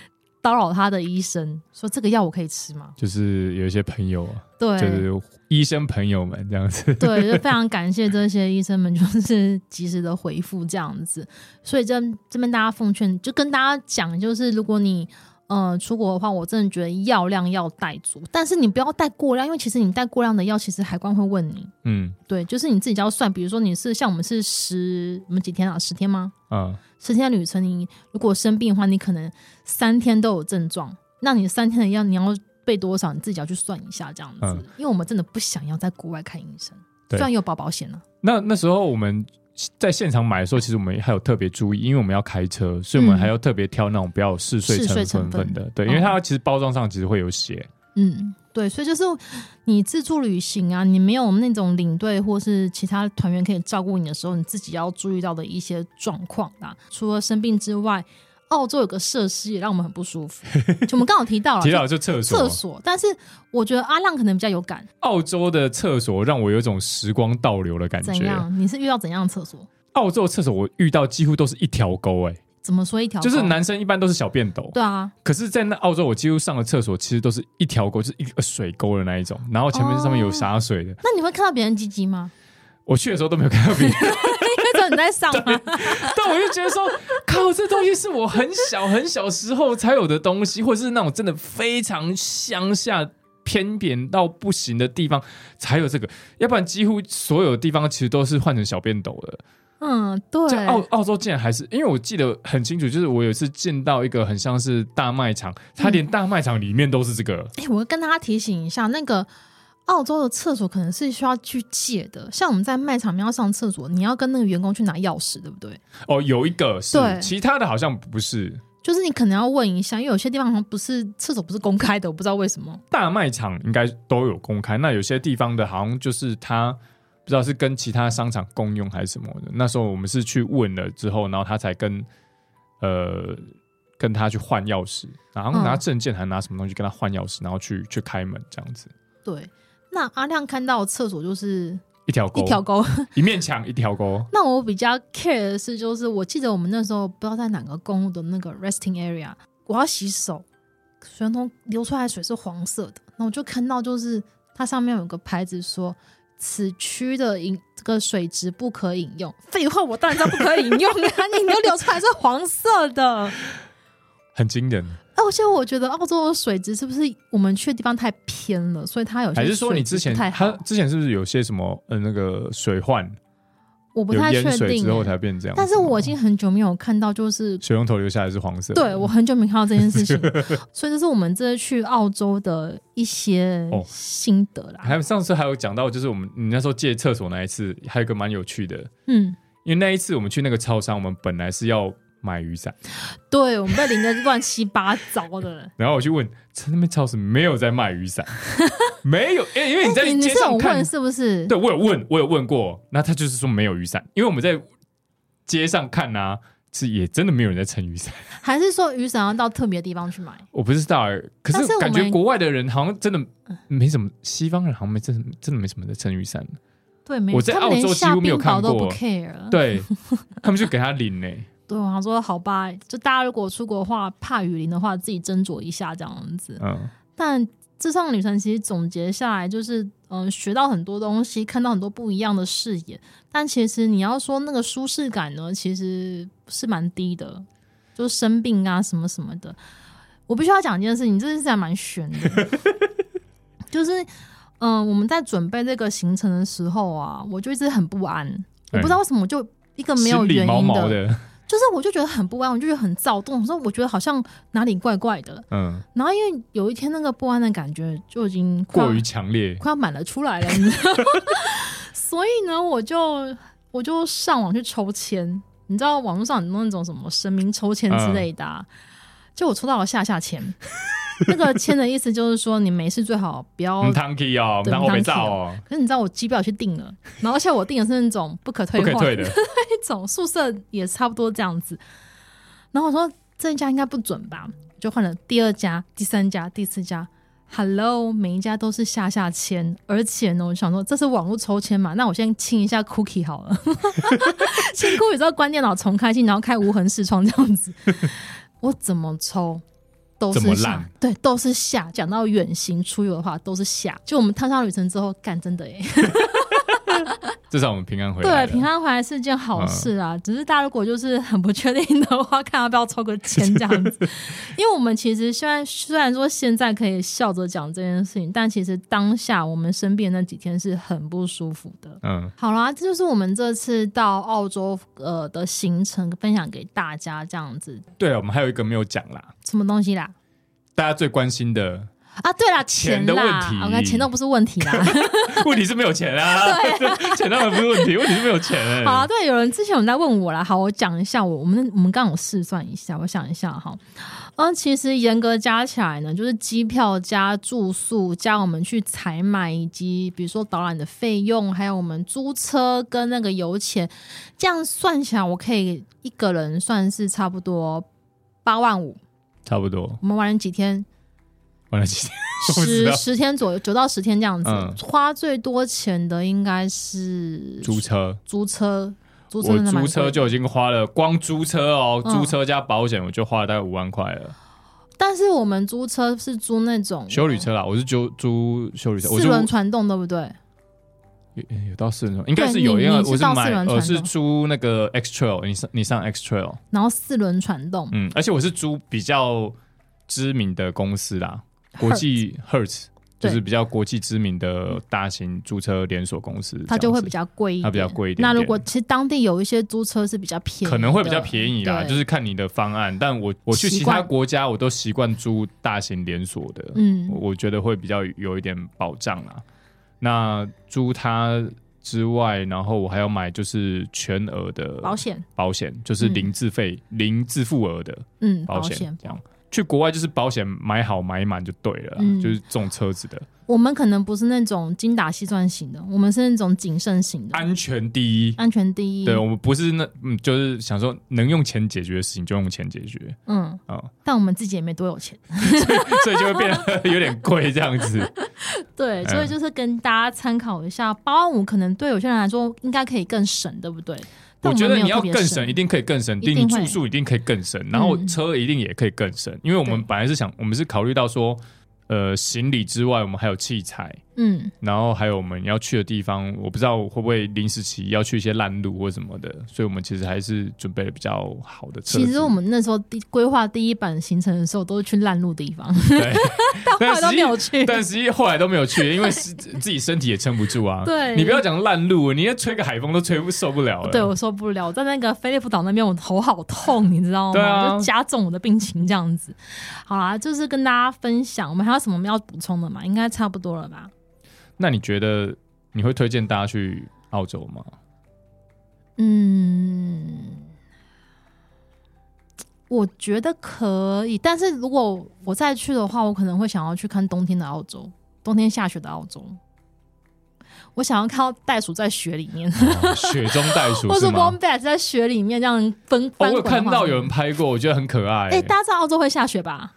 S1: 叨扰他的医生，说这个药我可以吃吗？
S2: 就是有一些朋友啊，
S1: 对，
S2: 就是医生朋友们这样 子，
S1: 对，就非常感谢这些医生们，就是及时的回复这样子。所以这这边大家奉劝，就跟大家讲，就是如果你呃出国的话，我真的觉得药量要带足，但是你不要带过量，因为其实你带过量的药，其实海关会问你。
S2: 嗯
S1: 对，就是你自己就要算，比如说你是像我们是十我们几天啊，十天吗？
S2: 嗯，
S1: 十天的旅程，你如果生病的话，你可能三天都有症状，那你三天的药你要备多少，你自己要去算一下这样子。
S2: 嗯
S1: 因为我们真的不想要在国外看医生，虽
S2: 对
S1: 然有保保险啊，
S2: 那那时候我们。在现场买的时候，其实我们还有特别注意，因为我们要开车，所以我
S1: 嗯
S2: 们还要特别挑那种比较有嗜睡
S1: 嗜睡
S2: 成
S1: 成
S2: 分
S1: 分
S2: 的。对，
S1: 哦
S2: 因为它其实包装上其实会有写，
S1: 嗯，对，所以就是你自助旅行啊，你没有那种领队或是其他团员可以照顾你的时候，你自己要注意到的一些状况啦。除了生病之外，澳洲有个设施也让我们很不舒 服，就我们刚好提到了
S2: 提到的就厕
S1: 哦就
S2: 所，
S1: 厕所，但是我觉得阿浪可能比较有感。
S2: 澳洲的厕所让我有一种时光倒流的感
S1: 怎
S2: 觉。
S1: 样？你是遇到怎样的厕所？
S2: 澳洲的厕所我遇到几乎都是一条沟、欸，
S1: 怎么说一条
S2: 哎，
S1: 沟？
S2: 就是男生一般都是小便斗，
S1: 对啊，
S2: 可是，在那澳洲我几乎上的厕所其实都是一条沟，就是一个水沟的那一种，然后前面
S1: 哦
S2: 上面有洒水的。
S1: 那你会看到别人鸡鸡 吗？
S2: 我去的时候都没有看到别人，
S1: 因为你在上吗？
S2: 但我就觉得说，靠，这东西是我很小很小时候才有的东西，或者是那种真的非常乡下。偏扁到不行的地方才有这个，要不然几乎所有地方其实都是换成小便斗的。
S1: 嗯，
S2: 在澳
S1: 对，
S2: 澳洲竟然还是，因为我记得很清楚，就是我有一次进到一个很像是大卖场，它连大卖场里面都是这个，
S1: 哎、我跟大家提醒一下，那个澳洲的厕所可能是需要去借的。像我们在卖场，面要上厕所，你要跟那个员工去拿钥匙，对不对？
S2: 哦，有一个是
S1: 对，
S2: 其他的好像不是。
S1: 就是你可能要问一下，因为有些地方好像不是厕所不是公开的，我不知道为什么。
S2: 大卖场应该都有公开，那有些地方的好像就是它不知道是跟其他商场共用还是什么的。那时候我们是去问了之后，然后他才跟呃跟他去换钥匙，然后拿
S1: 嗯
S2: 证件还拿什么东西跟他换钥匙，然后去去开门这样子，
S1: 对，那阿亮看到的厕所就是
S2: 一条沟，
S1: 一条沟，
S2: 一面墙，一条沟。
S1: 那我比较 care 的是，就是我记得我们那时候不知道在哪个公路的那个 resting area，我要洗手，水龙头流出来的水是黄色的，那我就看到就是它上面有个牌子说。此区的饮这个水质不可饮用。废话，我当然知道不可以饮用啊！你都流出来是黄色的，
S2: 很惊人，
S1: 而且我觉得澳洲的水质是不是我们去的地方太偏了，所以它有些
S2: 还是说你
S1: 水质
S2: 之前
S1: 不太
S2: 他
S1: 好？
S2: 之前是不是有些什么呃那个水患，
S1: 我不
S2: 有
S1: 太
S2: 淹
S1: 确
S2: 水
S1: 定
S2: 之后
S1: 欸、
S2: 才变这样子
S1: 但
S2: 吗？
S1: 是我已经很久没有看到就是
S2: 水龙头流下来是黄色的，
S1: 对我很久没看到这件事 情，所以这是我们这次去澳洲的一些
S2: 哦
S1: 心得啦。
S2: 还有上次还有讲到，就是我们你那时候借厕所那一次，还有一个蛮有趣的，
S1: 嗯，
S2: 因为那一次我们去那个超商，我们本来是要买雨伞，。
S1: 对，我们被淋得乱七八糟的
S2: 然后我去问，那边超市没有在卖雨伞， 没有，因为因 为你在
S1: 哎你你
S2: 街
S1: 是有
S2: 上看
S1: 问，是不是？
S2: 对我有问，我有问过，那他就是说没有雨伞，因为我们在街上看啊，是也真的没有人在撑雨伞，
S1: 还是说雨伞要到特别的地方去买？
S2: 我不知道欸，可
S1: 但是
S2: 是
S1: 我
S2: 感
S1: 们
S2: 觉国外的人好像真的没什么，西方人好像没真的真的没什么在撑雨伞，
S1: 对，没，
S2: 我在
S1: 他们
S2: 澳洲
S1: 连
S2: 几乎
S1: 下
S2: 没有
S1: 冰
S2: 看
S1: 雹都
S2: 过
S1: 不 care。
S2: 对他们就给他领呢、
S1: 对，我想说好吧，就大家如果出国的话，怕雨淋的话，自己斟酌一下这样子。
S2: 嗯。
S1: 但这趟旅程其实总结下来就是，嗯、学到很多东西，看到很多不一样的视野。但其实你要说那个舒适感呢，其实是蛮低的，就是生病啊什么什么的。我必须要讲一件事情，这件事还蛮悬的， 就是。嗯，我们在准备这个行程的时候啊，我就一直很不安，我不知道为什么，我就一个没有
S2: 心里
S1: 原因
S2: 毛毛的，
S1: 就是我就觉得很不安，我就觉得很躁动，所以我觉得好像哪里怪怪的。
S2: 嗯，
S1: 然后因为有一天那个不安的感觉就已经快要
S2: 过于强烈，
S1: 快要满了出来了，你知道吗 所以呢，我就我就上网去抽签，你知道网络上很多那种什么神明抽签之类的、
S2: 嗯
S1: 啊，就我抽到了下下签。那个签的意思就是说，你没事最好不要
S2: 唔。通去哦，唔
S1: 对
S2: 通我没
S1: 唔通去
S2: 照
S1: 哦
S2: 哦，
S1: 可是你知道我机票去订了，然后而且我订的是那种不可退
S2: 不可以
S1: 换
S2: 退
S1: 的
S2: 的，
S1: 那种，宿舍也差不多这样子。然后我说这一家应该不准吧，就换了第二家、第三家、第四家。Hello，每一家都是下下签，而且呢，我想说这是网络抽签嘛，那我先清一下 Cookie 好了， 清 Cookie 之后关电脑重开机，然后开无痕视窗这样子，我怎么抽都
S2: 怎么
S1: 是下
S2: 烂，
S1: 对，都是下。讲到远行出游的话，都是下。就我们踏上旅程之后，干真的哎、
S2: 至少我们平安回来
S1: 对，啊
S2: 了。
S1: 平安回来是件好事啊。只是大家如果就是很不确定的话，看要不要抽个签这样 子。因为我们其实虽然虽然说现在可以笑着讲这件事情，但其实当下我们身边那几天是很不舒服的。
S2: 嗯，
S1: 好啦，这就是我们这次到澳洲呃的行程，分享给大家这样子。
S2: 啊对了，我们还有一个没有讲啦，
S1: 什么东西啦？
S2: 大家最关心的
S1: 啊，对啦，钱
S2: 钱的
S1: 啦
S2: 问题
S1: 我看钱都不是问题啦。
S2: 问题是没有钱啊，对， 钱当然不是问题，问题是没有钱哎、
S1: 好啊，对，有人之前有人在问我啦，好，我讲一下，我我们我们刚好试算一下，我想一下哈，嗯，其实严格加起来呢，就是机票加住宿加我们去采买以及比如说导览的费用，还有我们租车跟那个油钱，这样算起来，我可以一个人算是差不多八万五。
S2: 差不多
S1: 我们玩了几 天？
S2: 玩了几天， 我不知道
S1: 十十天左右，九到十天这样子。
S2: 嗯
S1: 花最多钱的应该是
S2: 租车，
S1: 租车，租车
S2: 我
S1: 真的蛮
S2: 租
S1: 贵
S2: 车
S1: 的
S2: 就已经花了，光租车哦，
S1: 嗯
S2: 租车加保险我就花了大概五万块了。
S1: 但是我们租车是租那种呃
S2: 修理车啦，我是租租修理车，我
S1: 嗯四
S2: 是
S1: 轮传动，对不对？
S2: 有到四轮传动，应该是
S1: 对
S2: 有，
S1: 你
S2: 因为
S1: 你是
S2: 我
S1: 到四
S2: 买
S1: 轮传动
S2: 我是租那个 X Trail，你上你上 X Trail，
S1: 然后四轮传动，
S2: 嗯，而且我是租比较知名的公司啦，国际 Hertz
S1: 对
S2: 就是比较国际知名的大型租车连锁公司，
S1: 它就会比
S2: 较
S1: 较贵一点，
S2: 它比较贵一点点
S1: 那如果其实当地有一些租车是比较便宜的，
S2: 可能会比较便宜啦，
S1: 对
S2: 就是看你的方案。但我我去其
S1: 习
S2: 他
S1: 惯
S2: 国家，我都习惯租大型连锁的，
S1: 嗯
S2: 我我觉得会比较有一点保障啦。那租它之外，然后我还要买就是全额的
S1: 保险，
S2: 保险，就是
S1: 嗯
S2: 零自费、零自付额的
S1: 嗯，
S2: 保
S1: 保
S2: 险，这样。去国外就是保险买好买满就对了啦，
S1: 嗯
S2: 就是这种车子的
S1: 我们可能不是那种精打细算型的，我们是那种谨慎型的，
S2: 安全第一。
S1: 安全第一。
S2: 对我们不是那，嗯，就是想说能用钱解决的事情就用钱解 决
S1: 嗯，
S2: 啊、
S1: 但我们自己也没多有钱，
S2: 所以就会变得有点贵这样 子。
S1: 对，
S2: 嗯
S1: 所以就是跟大家参考一下，八万五可能对有些人来说应该可以更省，对不对？但
S2: 我觉
S1: 们
S2: 得
S1: 没有
S2: 你要
S1: 特别
S2: 更省，一定可以更省，
S1: 一定
S2: 你住
S1: 会
S2: 宿一定可以更省，然后
S1: 嗯
S2: 车一定也可以更省，因为我们
S1: 对
S2: 本来是想，我们是考虑到说，呃，行李之外，我们还有器材，
S1: 嗯，
S2: 然后还有我们要去的地方，我不知道会不会临时起意要去一些烂路或什么的，所以我们其实还是准备了比较好的车子。
S1: 其实我们那时候第规划第一版行程的时候，都是去烂路地方，
S2: 对，
S1: 后
S2: 但
S1: 来都
S2: 实
S1: 没
S2: 际
S1: 有去。
S2: 但实际后来都没有去，因为是 自己身体也撑不住啊。
S1: 对
S2: 你不要讲烂路，你要吹个海风都吹不受不了 了。
S1: 对，我受不了，在那个菲利普岛那边，我头好痛，你知道
S2: 对
S1: 吗？
S2: 啊
S1: 就加重我的病情这样子。好啦，就是跟大家分享，我们还有什么要补充的吗？应该差不多了吧？
S2: 那你觉得你会推荐大家去澳洲 吗？
S1: 嗯，我觉得可以，但是如果我再去的话，我可能会想要去看冬天的澳洲，冬天下雪的澳洲。我想要看到袋鼠在雪里面，
S2: 哦雪中袋鼠
S1: 或是
S2: 是
S1: b o m
S2: 吗？哦
S1: b a t 在雪里面这样翻
S2: 哦我
S1: 翻
S2: 有
S1: 滚的
S2: 看
S1: 画
S2: 到
S1: 面
S2: 有人拍过，我觉得很可爱、
S1: 哎、大家知道澳洲会下雪吧？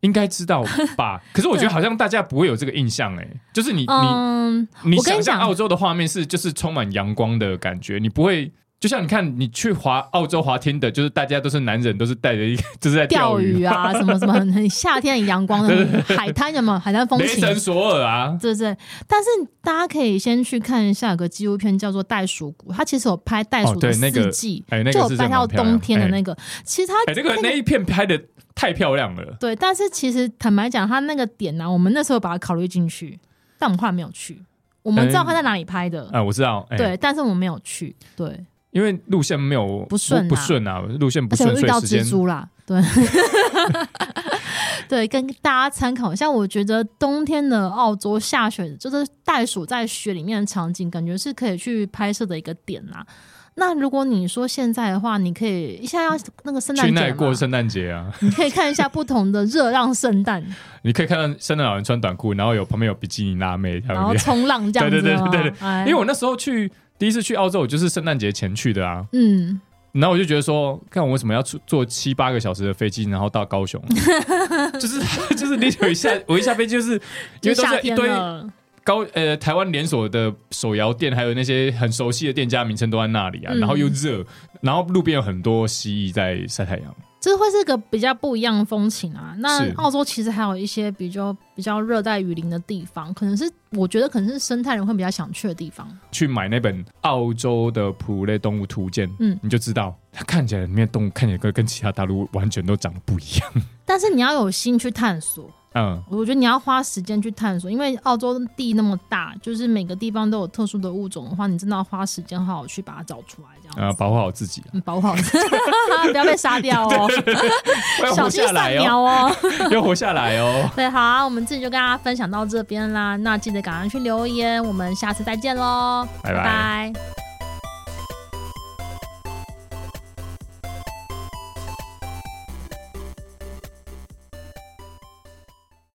S2: 应该知道吧？可是我觉得
S1: 对
S2: 好像大家不会有这个印象、哎，就是你、
S1: 嗯，
S2: 你你
S1: 我跟
S2: 想
S1: 你
S2: 象
S1: 讲
S2: 澳洲的画面是就是充满阳光的感觉，你不会。就像你看，你去滑澳洲滑天的，就是大家都是男人，都是带着一个，就是在
S1: 钓
S2: 鱼
S1: 鱼 啊，什么什么很很夏天很阳光的海滩，有没有海滩风
S2: 雷
S1: 情？
S2: 神索尔啊，
S1: 对对，但是大家可以先去看一下有个纪录片叫做《袋鼠谷》，它其实有拍袋
S2: 哦
S1: 鼠
S2: 对
S1: 的
S2: 那个
S1: 四季，
S2: 哎那个
S1: 就是有
S2: 真
S1: 拍
S2: 的
S1: 到
S2: 蛮漂亮
S1: 冬天的
S2: 哎
S1: 那个。其实它、
S2: 哎、这个
S1: 那
S2: 那一片拍的太漂亮了，
S1: 对，但是其实坦白讲，它那个点啊呢、我们那时候把它考虑进去，但我们后来没有去。我们知道它在哪里拍的，
S2: 哎啊、我知道，哎、
S1: 对，但是我们没有去。对，
S2: 因为路线没有
S1: 不顺啊
S2: 不顺啊，路线不
S1: 而且我
S2: 顺，
S1: 遇
S2: 所
S1: 到
S2: 以时间
S1: 蜘蛛啦， 对，对，跟大家参考一下。我觉得冬天的澳洲下雪，就是袋鼠在雪里面的场景，感觉是可以去拍摄的一个点啦。那如果你说现在的话，你可以一下要那个圣
S2: 去
S1: 诞
S2: 那
S1: 节
S2: 里过
S1: 嘛，
S2: 圣诞节啊，
S1: 你可以看一下不同的热浪圣 诞，
S2: 你可以看到圣诞老人穿短裤，然后有旁边有比基尼辣妹，这
S1: 然后
S2: 样子。
S1: 冲浪这样子
S2: 对对
S1: 吗
S2: 对对对
S1: 哎
S2: 因为我那时候去第一次去澳洲，我就是圣诞节前去的啊，
S1: 嗯，
S2: 然后我就觉得说，看我为什么要坐坐七八个小时的飞机，然后 到高雄，就是 就是你有一下我一下飞机就是因
S1: 就
S2: 为都
S1: 夏
S2: 是一
S1: 天
S2: 堆
S1: 了，
S2: 高呃台湾连锁的手摇店，还有那些很熟悉的店家名称都在那里啊，
S1: 嗯
S2: 然后又热，然后路边有很多蜥蜴在晒太阳。
S1: 这会是个比较不一样的风情啊。那
S2: 是
S1: 澳洲其实还有一些比较比较热带雨林的地方，可能是我觉得可能是生态人会比较想去的地方。
S2: 去买那本《澳洲的哺乳类动物图鉴》，
S1: 嗯
S2: 你就知道它看起来里面动物看起来跟跟其他大陆完全都长得不一样。
S1: 但是你要有心去探索，
S2: 嗯，
S1: 我觉得你要花时间去探索，因为澳洲地那么大，就是每个地方都有特殊的物种的话，你真的要花时间好好去把它找出来，这样子。
S2: 呃，保护好自己啊，
S1: 嗯保护好， 不要被杀掉 哦，
S2: 要
S1: 小
S2: 活
S1: 心
S2: 下
S1: 散
S2: 来
S1: 鸟
S2: 哦，
S1: 哦。
S2: 要活下来哦。
S1: 对，好啊，我们自己就跟大家分享到这边啦。那记得赶快去留言，我们下次再见喽，
S2: 拜拜
S1: 拜